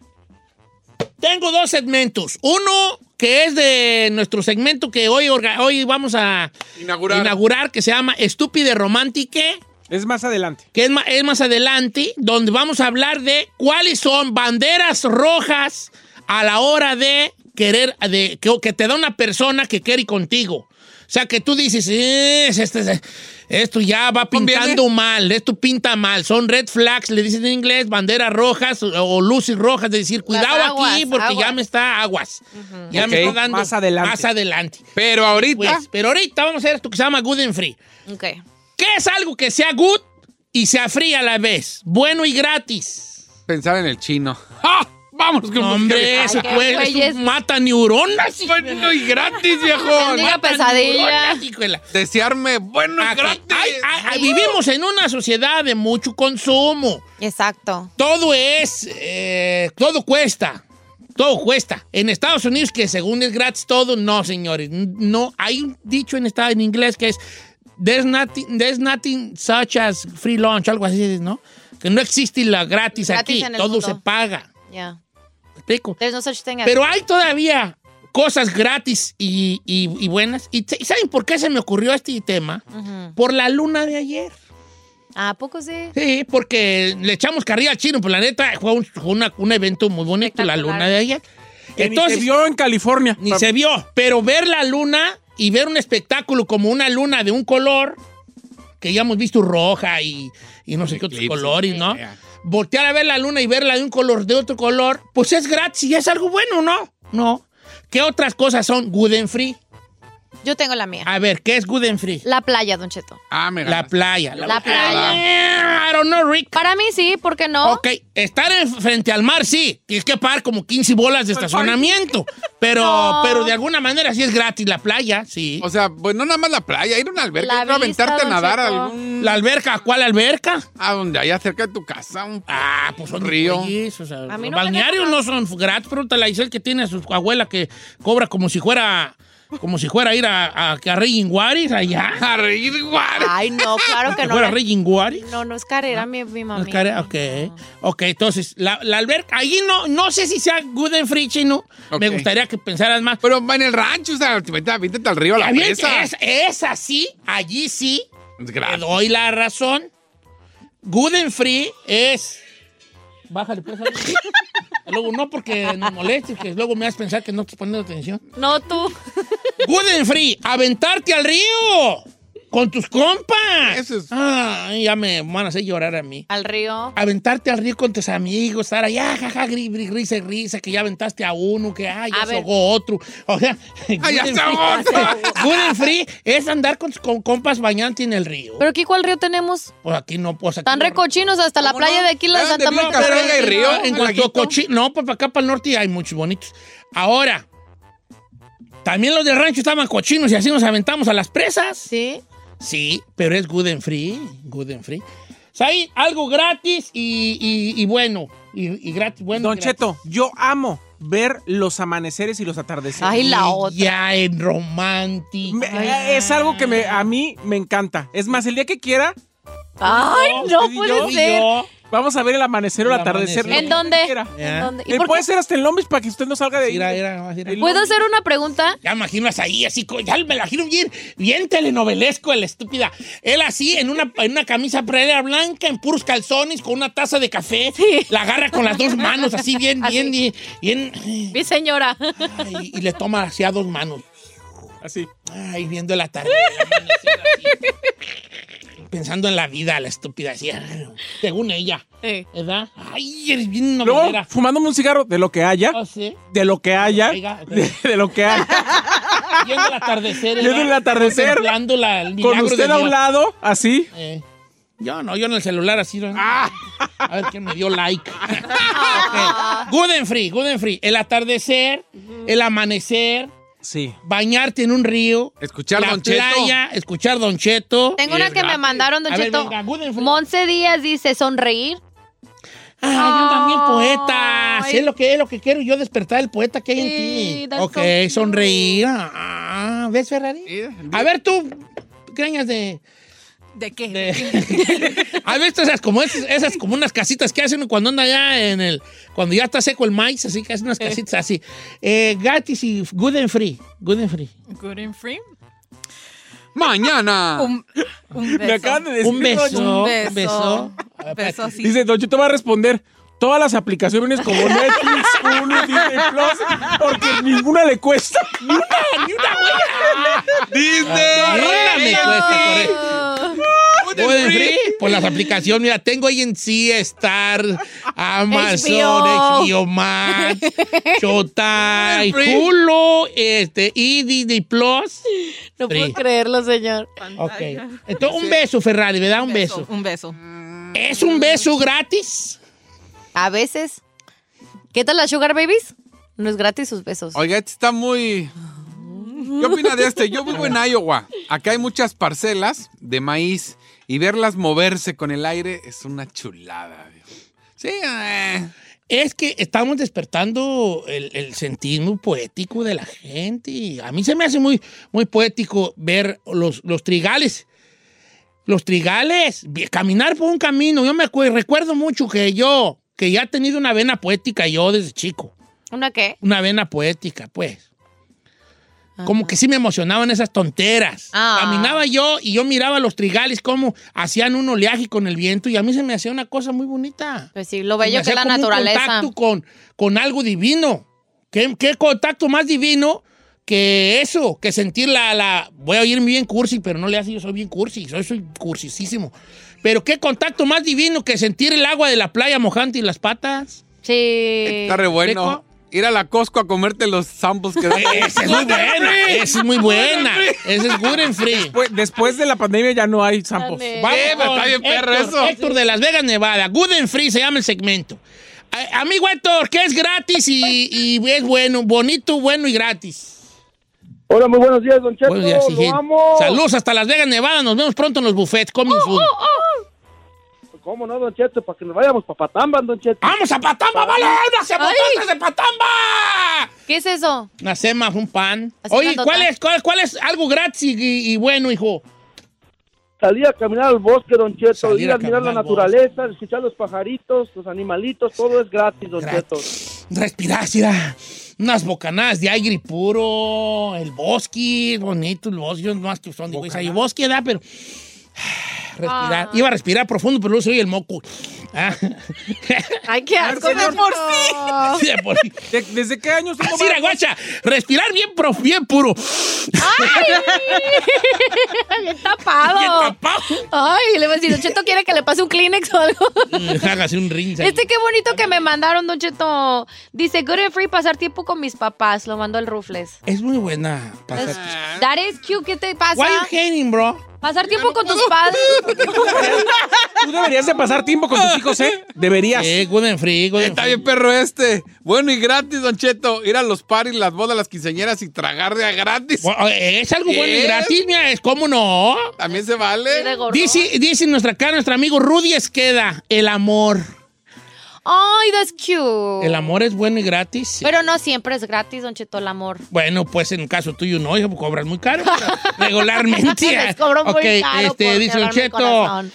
S2: Tengo dos segmentos. Uno que es de nuestro segmento que hoy, orga- hoy vamos a
S5: Inaugurar.
S2: que se llama Estúpide Romántique
S5: Es más adelante.
S2: que es ma- es más, adelante, donde vamos a hablar de cuáles son banderas rojas a la hora de querer, de, que, que te da una persona que quiere ir contigo. O sea, que tú dices, "Eh, es este- es- esto ya va pintando mal, esto pinta mal, son red flags, le dicen en inglés, banderas rojas o, o luces rojas, de decir, cuidado aquí
S5: aguas,
S2: porque ya
S5: aguas.
S2: me está aguas. Ya
S5: Ok, Ah.
S2: me está dando
S5: más adelante.
S2: más adelante.
S3: Pero ahorita.
S2: Pues, pero ahorita vamos a hacer esto que se llama Good and Free.
S4: Ok.
S2: ¿Qué es algo que sea good y sea free a la vez? Bueno y gratis.
S3: Pensar en el chino. *laughs* ¡Ah! Vamos *laughs* con música.
S2: Hombre, eso,
S3: Ay, qué
S2: pues,
S3: güeyes.
S2: eso mata neuronas. hijo de-
S3: Bueno y gratis, viejo.
S2: Bendiga
S3: Mata
S2: pesadilla.
S3: neuronas,
S2: hijo de la-
S3: Desearme bueno y gratis. Uh.
S2: Ah, ah, Vivimos en una sociedad de mucho consumo.
S4: Exacto.
S2: Todo es, eh, todo cuesta. Todo cuesta. En Estados Unidos, que según es gratis todo, no, señores. N- No, hay un dicho en, esta- en inglés que es, there's nothing, there's nothing such as free lunch, algo así, ¿no? Que no existe la gratis,
S4: Gratis
S2: aquí.
S4: en el
S2: Todo
S4: mundo.
S2: se paga.
S4: Ya.
S2: ¿Me explico?
S4: There's no such thing as-
S2: Pero hay todavía cosas gratis y, y- y buenas. ¿Y t- saben por qué se me ocurrió este tema?
S4: Ujú.
S2: Por la luna de ayer.
S4: ¿A poco sí?
S2: Sí, porque le echamos carrilla al chino, pues la neta fue un, fue una- un evento muy bonito, la luna de ayer.
S5: Que ni se vio en California.
S2: Ni se vio, pero ver la luna y ver un espectáculo como una luna de un color que ya hemos visto roja y, y no sé qué otros colores, ¿no? Voltear a ver la luna y verla de un color, de otro color, pues es gratis y es algo bueno, ¿no? No. ¿Qué otras cosas son good and free?
S4: Yo tengo la mía.
S2: A ver, ¿qué es good and free?
S4: La playa, Don Cheto.
S3: Ah,
S2: La playa.
S4: La playa.
S2: I don't know, Rick.
S4: Para mí sí, ¿por qué
S3: ¿Oh?
S4: no?
S2: Ok, estar en- frente al mar sí, tienes que pagar como 15 bolas
S3: Pues,
S2: de estacionamiento,
S3: *laughs*
S2: pero, pero de alguna manera sí es gratis la playa, sí. O
S3: sea, pues no nada más la playa, ir a una alberca, ir a aventarte a nadar a algún...
S2: La alberca, ¿cuál alberca?
S3: A donde, allá cerca de tu casa, un
S2: Ah, pues son
S3: río.
S2: güeyes, o sea,
S3: A mí no
S2: los
S3: me
S2: balnearios no son gratis, pregúntale a Isel que tiene a su abuela que cobra como si fuera... Como si fuera a ir a, a, a Rey Guaris allá.
S3: A Rey Guaris.
S4: Ay, no, claro que no.
S2: ¿Fuera Rey Guaris?
S4: No, no es carrera, mi, mi mami.
S2: Cara- ok. Ok, entonces, la, la alberca, ahí no, no sé si sea good and free, chino. Me gustaría que pensaras más.
S3: Pero va en el rancho, o sea, te metes- vítete al río a la
S2: Está bien que
S3: presa.
S2: Es, es así, allí sí. Te doy la razón. Good and free es. Bájale, pues. algo. luego no, porque nos moleste, que luego me vas a pensar que no estás poniendo atención.
S4: No, tú.
S2: Good and free, aventarte al río con tus compas. Eso es. Ay, ya me van a hacer llorar a mí.
S4: Al río.
S2: Aventarte al río con tus amigos, estar allá, jaja, gri- gri- risa y risa, que ya aventaste a uno, que ay,
S4: A
S2: ya se
S4: ver.
S2: ahogó otro. O sea,
S4: *laughs* Ay, ya
S2: good and *laughs*
S4: se ahogó
S2: free-
S4: otro.
S2: good and free es andar con, tus com- compas bañante en el río.
S4: Pero aquí, ¿cuál río tenemos?
S2: Pues aquí no, pues aquí
S4: Tan
S2: no-
S4: recochinos hasta la playa de aquí, la de Santa Marta.
S2: en cuanto a cochi- no, pues para acá para el norte hay muchos bonitos. Ahora, también los de rancho estaban cochinos y así nos aventamos a las presas.
S4: Sí.
S2: Sí, pero es good and free, good and free. O sea, hay algo gratis y, y- y bueno, y, y gratis, bueno.
S5: Don
S2: y gratis.
S5: Cheto, yo amo ver los amaneceres y los atardeceres.
S2: Ay, la otra. Ya
S5: en
S2: en romántico.
S5: eh, Es algo que me, a mí me encanta. Es más, el día que quiera.
S4: Ay, no
S5: usted y
S4: puede
S5: yo,
S4: ser.
S5: Vamos a ver el amanecer o el,
S2: El
S5: atardecer.
S2: amanecer.
S4: ¿En dónde?
S2: Ya.
S4: ¿En dónde? ¿Y
S5: Eh,
S4: por
S5: puede
S4: qué?
S5: ser hasta el Lombis para que usted no salga de ahí.
S4: ¿Puedo hacer una
S2: *laughs*
S4: pregunta?
S2: Ya imaginas ahí, así, co- ya me la imagino bien, bien telenovelesco, el estúpida. Él así, en una, en una camisa previa blanca, en puros calzones, con una taza de café. La agarra con las dos manos, así, bien, bien, bien, bien,
S4: Mi señora.
S2: Y le toma así a dos manos.
S5: Así.
S2: Ay, viendo la tarde. pensando en la vida, la estúpida. Así, según ella. ¿Verdad? Ay, eres bien una
S5: Luego, fumándome un cigarro de lo que haya.
S2: Ah,
S5: De lo que haya.
S2: Oh, Oiga, ok.
S5: De, de lo que haya.
S2: Viendo el atardecer.
S5: Viendo
S2: ¿verdad?
S5: el atardecer.
S2: Contemplando la- el
S5: Con
S2: *laughs* milagro
S5: usted
S2: de
S5: a
S2: Dios.
S5: un lado, así.
S2: Eh, yo no, yo en el celular así. ¿no?
S5: Ah.
S2: A ver quién me dio like. Ok.
S4: Ah,
S2: Good and free, good and free. El atardecer, el amanecer,
S5: Sí.
S2: bañarte en un río.
S3: Escuchar
S2: la
S3: Don Cheto.
S2: playa, escuchar Don Cheto.
S4: Tengo una que me mandaron, Don
S2: A ver,
S4: Cheto.
S2: venga,
S4: Monse Díaz dice, sonreír.
S2: Ay, Ah, yo también poeta. Sí, es lo que es lo que quiero yo despertar el poeta que hay en ti.
S4: that's
S2: Ok,
S4: so cute.
S2: sonreír. Ah, ¿Ves Ferrari? A ver tú, creñas de
S8: ¿De qué?
S2: *laughs* ¿Has visto esas como esas, esas como unas casitas que hacen cuando anda ya en el cuando ya está seco el maíz, así que hacen unas casitas así. Eh, gratis y good and free, good and free.
S8: Good and free.
S4: *laughs*
S3: Mañana.
S8: Un, un beso.
S5: Me acaban de decir.
S2: Un beso,
S8: Un
S2: un beso.
S8: Beso así.
S5: Dice, Don Cheto va a responder. Todas las aplicaciones como
S12: *laughs*
S5: Netflix, Hulu, Disney Plus, porque ninguna le
S12: *laughs*
S5: cuesta. Ni una,
S2: ni una huella.
S5: Disney.
S2: Ahora Ah, me cuesta, correcto. pues, Good and free por las aplicaciones. Mira, tengo ahí en sí Star, Amazon,
S14: HBO.
S2: HBO,
S8: *laughs*
S2: Max, Showtime,
S14: Good and free.
S2: Hulu, este, y Disney Plus.
S4: No
S2: Free.
S4: puedo creerlo, señor.
S2: *laughs* Ok. Entonces, un beso, Ferrari, ¿verdad? Un beso.
S8: Un beso.
S2: ¿Es un beso gratis?
S4: A veces. ¿Qué tal las Sugar Babies? No es gratis sus besos.
S3: Oiga, este está muy... ¿Qué opina de este? Yo vivo en Iowa. Acá hay muchas parcelas de maíz y verlas moverse con el aire es una chulada. Dios. Sí, eh.
S2: Es que estamos despertando el, el sentido poético de la gente. A mí se me hace muy, muy poético ver los, los trigales. Los trigales, vi- caminar por un camino. Yo me acuerdo, recuerdo mucho que yo, que ya he tenido una vena poética yo desde chico.
S4: ¿Una qué?
S2: Una vena poética, pues. Como que sí me emocionaban esas tonteras.
S4: Ah.
S2: Caminaba yo y yo miraba los trigales como hacían un oleaje con el viento y a mí se me hacía una cosa muy bonita.
S4: Pues sí, lo
S2: Se me
S4: bello que
S2: hacía
S4: es la
S2: como un
S4: naturaleza.
S2: contacto con, con algo divino. ¿Qué, qué contacto más divino que eso, que sentir la, la- Voy a oír bien cursi, pero no le hace, yo soy bien cursi, soy, soy cursisísimo. Pero qué contacto más divino que sentir el agua de la playa mojante y las patas.
S4: Sí.
S3: Está re bueno. Ir a la Costco a comerte los samples
S2: *laughs*
S3: que
S2: Esa es muy buena, esa es muy buena. Esa es good and free. *laughs*
S5: Después, Pues, después de la pandemia ya no hay zampos.
S2: Vamos
S5: pero
S2: con
S5: está bien perro
S2: Héctor,
S5: eso.
S2: Héctor de Las Vegas, Nevada. Good and Free se llama el segmento. A- Amigo Héctor, que es gratis y, y es bueno, bonito, bueno y gratis.
S12: Hola, muy buenos días, Don Cheto.
S2: Buenos días,
S12: lo
S2: hijín.
S12: amo.
S2: Saludos hasta Las Vegas, Nevada. Nos vemos pronto en los buffets. Coming soon.
S12: Pues, ¿Cómo no, Don Cheto? Para que nos vayamos para Patamba, Don Cheto.
S2: ¡Vamos a Patamba, vale! ¡Unas cebototas de Patamba!
S4: ¿Qué es eso?
S2: Una sema, un pan.
S4: Así
S2: Oye,
S4: grandota.
S2: ¿cuál es, cuál, cuál es algo gratis y, y bueno, hijo?
S12: Salir a caminar al bosque, Don Cheto.
S2: Salir
S12: ir
S2: a
S12: a admirar la
S2: caminar al
S12: naturaleza, escuchar los pajaritos, los animalitos, todo es gratis, Don
S2: Respirar, mira. Unas bocanadas de aire puro. El bosque, bonito el bosque. Yo más que son de güeyes. Hay bosque, da, pero. *sighs*
S3: Ah.
S2: Respirar. Iba a respirar profundo, pero luego se oye el moco.
S3: *laughs*
S2: Ah.
S4: Ay, qué asco.
S5: Así de por sí.
S2: Sí, de por sí.
S5: De- ¿Desde qué años tengo
S2: Mira, guacha, respirar bien, prof- bien puro.
S4: ¡Ay! Bien
S3: Ah,
S4: tapado.
S2: Bien tapado.
S4: Ay, le voy a decir, Don Cheto quiere que le pase un Kleenex o algo.
S2: Mm, Hágase un rinse. ahí.
S4: Este qué bonito que me mandaron, Don Cheto. Dice, good and free, pasar tiempo con mis papás. Lo mandó el Rufles.
S2: Es muy buena. pasar-
S4: That is cute, ¿qué te pasa?
S2: Ah. Why you hating, bro?
S4: Pasar tiempo con tus
S2: *laughs*
S4: padres.
S5: Tú deberías de pasar tiempo con tus hijos, ¿eh? Deberías.
S2: Sí, good and free, good and
S3: Está bien, perro este. Bueno y gratis, Don Cheto. Ir a los paris, las bodas, las quinceañeras y tragar de a gratis.
S2: Bueno, eh, Es algo bueno y
S3: Yes.
S2: gratis, mira, es cómo no.
S3: También se vale.
S2: Dice, dice nuestra acá, nuestro amigo Rudy Esqueda, el amor.
S4: Ay, that's cute.
S2: El amor es bueno y gratis. sí.
S4: Pero no siempre es gratis, Don Cheto, el amor.
S2: Bueno, pues en el caso tuyo no, hijo, porque cobras muy caro.
S4: *laughs*
S2: pero Regularmente.
S4: Les cobro muy
S2: Ok,
S4: caro
S2: este,
S4: por
S2: dice Don
S4: quebrarme el
S2: Cheto.
S4: corazón.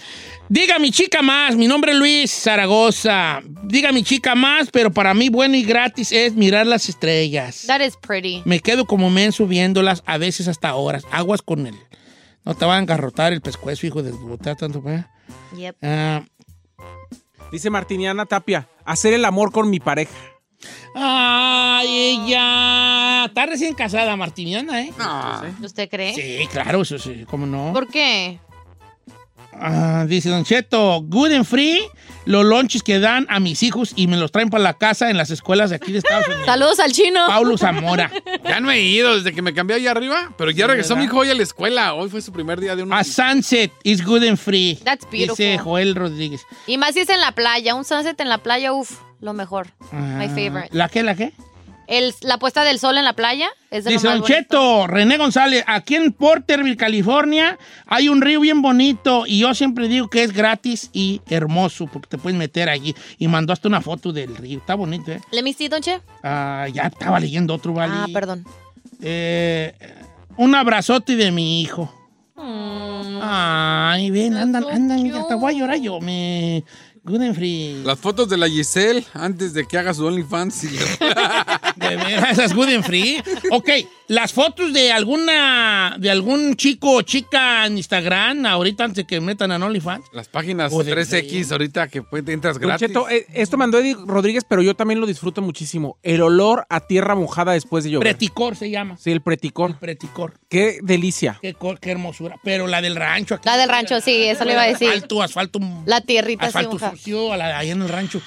S2: Diga mi chica más, mi nombre es Luis Zaragoza. Diga mi chica más, pero para mí bueno y gratis es mirar las estrellas.
S4: That is pretty.
S2: Me quedo como men subiéndolas, a veces hasta horas. Aguas con él. No te van a engarrotar el pescuezo, hijo de botar tanto. ¿eh?
S4: Yep.
S2: Ah,
S5: Dice Martiniana Tapia, hacer el amor con mi pareja.
S2: Ay, ella. Está recién casada, Martiniana, ¿eh?
S4: ¿Usted cree?
S2: Sí, claro, eso sí, ¿cómo no?
S4: Ah. ¿Por qué?
S2: Ah, dice Don Cheto, good and free, los lunches que dan a mis hijos y me los traen para la casa en las escuelas de aquí de Estados Unidos.
S4: Saludos al chino.
S2: Paulo Zamora.
S3: Ya no he ido desde que me cambié allá arriba, pero ya
S2: Sí,
S3: regresó
S2: ¿verdad?
S3: mi hijo hoy a la escuela. Hoy fue su primer día de un...
S5: Ah,
S2: A sunset is good and free.
S4: That's beautiful.
S2: Dice Joel Rodríguez.
S4: Y más si es en la playa. Un sunset en la playa, uff, lo mejor. My
S2: Ah,
S4: favorite.
S2: ¿La qué, la qué?
S4: El- la puesta del sol en la playa es de lo
S2: Dice
S4: más
S2: Don
S4: bonito.
S2: Cheto, René González, aquí en Porterville, California, hay un río bien bonito y yo siempre digo que es gratis y hermoso porque te puedes meter allí. Y mandó hasta una foto del río, está bonito, ¿eh?
S4: ¿Le mistí, Don Che?
S2: Ah, ya estaba leyendo otro, ¿vale?
S4: Ah, perdón.
S2: Eh, un abrazote de mi hijo.
S4: Mm.
S2: Ay, ven, andan, andan, ya hasta voy a llorar yo, me... Good and free.
S3: Las fotos de la Giselle antes de que haga su OnlyFans. y-
S5: *laughs*
S2: De veras, esas good and free. Ok, las fotos de alguna, de algún chico o chica en Instagram, ahorita antes de que metan a OnlyFans.
S3: Las páginas
S2: Joder,
S3: 3X ahorita que pues, te entras
S5: Don
S3: gratis.
S5: Cheto, eh, esto mandó Eddie Rodríguez, pero yo también lo disfruto muchísimo. El olor a tierra mojada después de llover.
S2: Preticor se llama.
S5: sí, el preticón.
S2: Preticor.
S5: Qué delicia.
S2: Qué, cor- qué hermosura. Pero la del rancho aquí.
S4: La del rancho, sí, eso le iba a decir.
S2: Asfalto, asfalto.
S4: La tierrita así
S2: Asfalto
S4: mojada.
S2: sucio, a la de ahí en el rancho.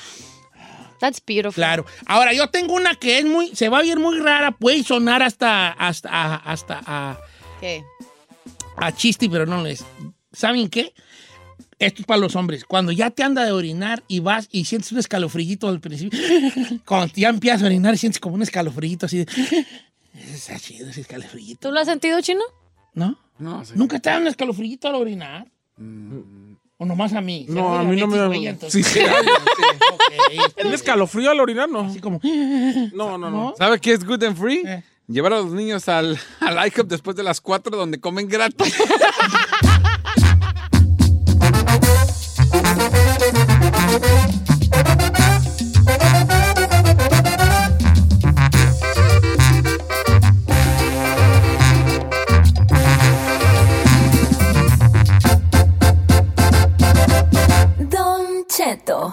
S4: That's beautiful.
S2: Claro. Ahora, yo tengo una que es muy, se va a ver muy rara, puede sonar hasta, hasta, a- hasta a,
S4: ¿Qué?
S2: a chiste, pero no lo es. ¿Saben qué? Esto es para los hombres. Cuando ya te anda de orinar y vas y sientes un escalofrillito al principio, *laughs* cuando ya empiezas a orinar sientes como un escalofrillito así de... Está chido ese escalofrillito.
S4: ¿Tú lo has sentido, chino?
S2: ¿No?
S3: No, sí. Mm.
S2: ¿Nunca te da un escalofrillito al orinar? ¿O nomás a mí?
S5: No, a mí no me da- Sí,
S2: Sí,
S5: sí.
S2: *laughs*
S5: Un escalofrío al orinar, ¿no?
S2: Así como...
S5: No, no, no.
S3: ¿Sabe qué es good and free?
S2: Eh.
S3: Llevar a los niños al, al IHOP después de las 4 donde comen gratis.
S14: Don Cheto.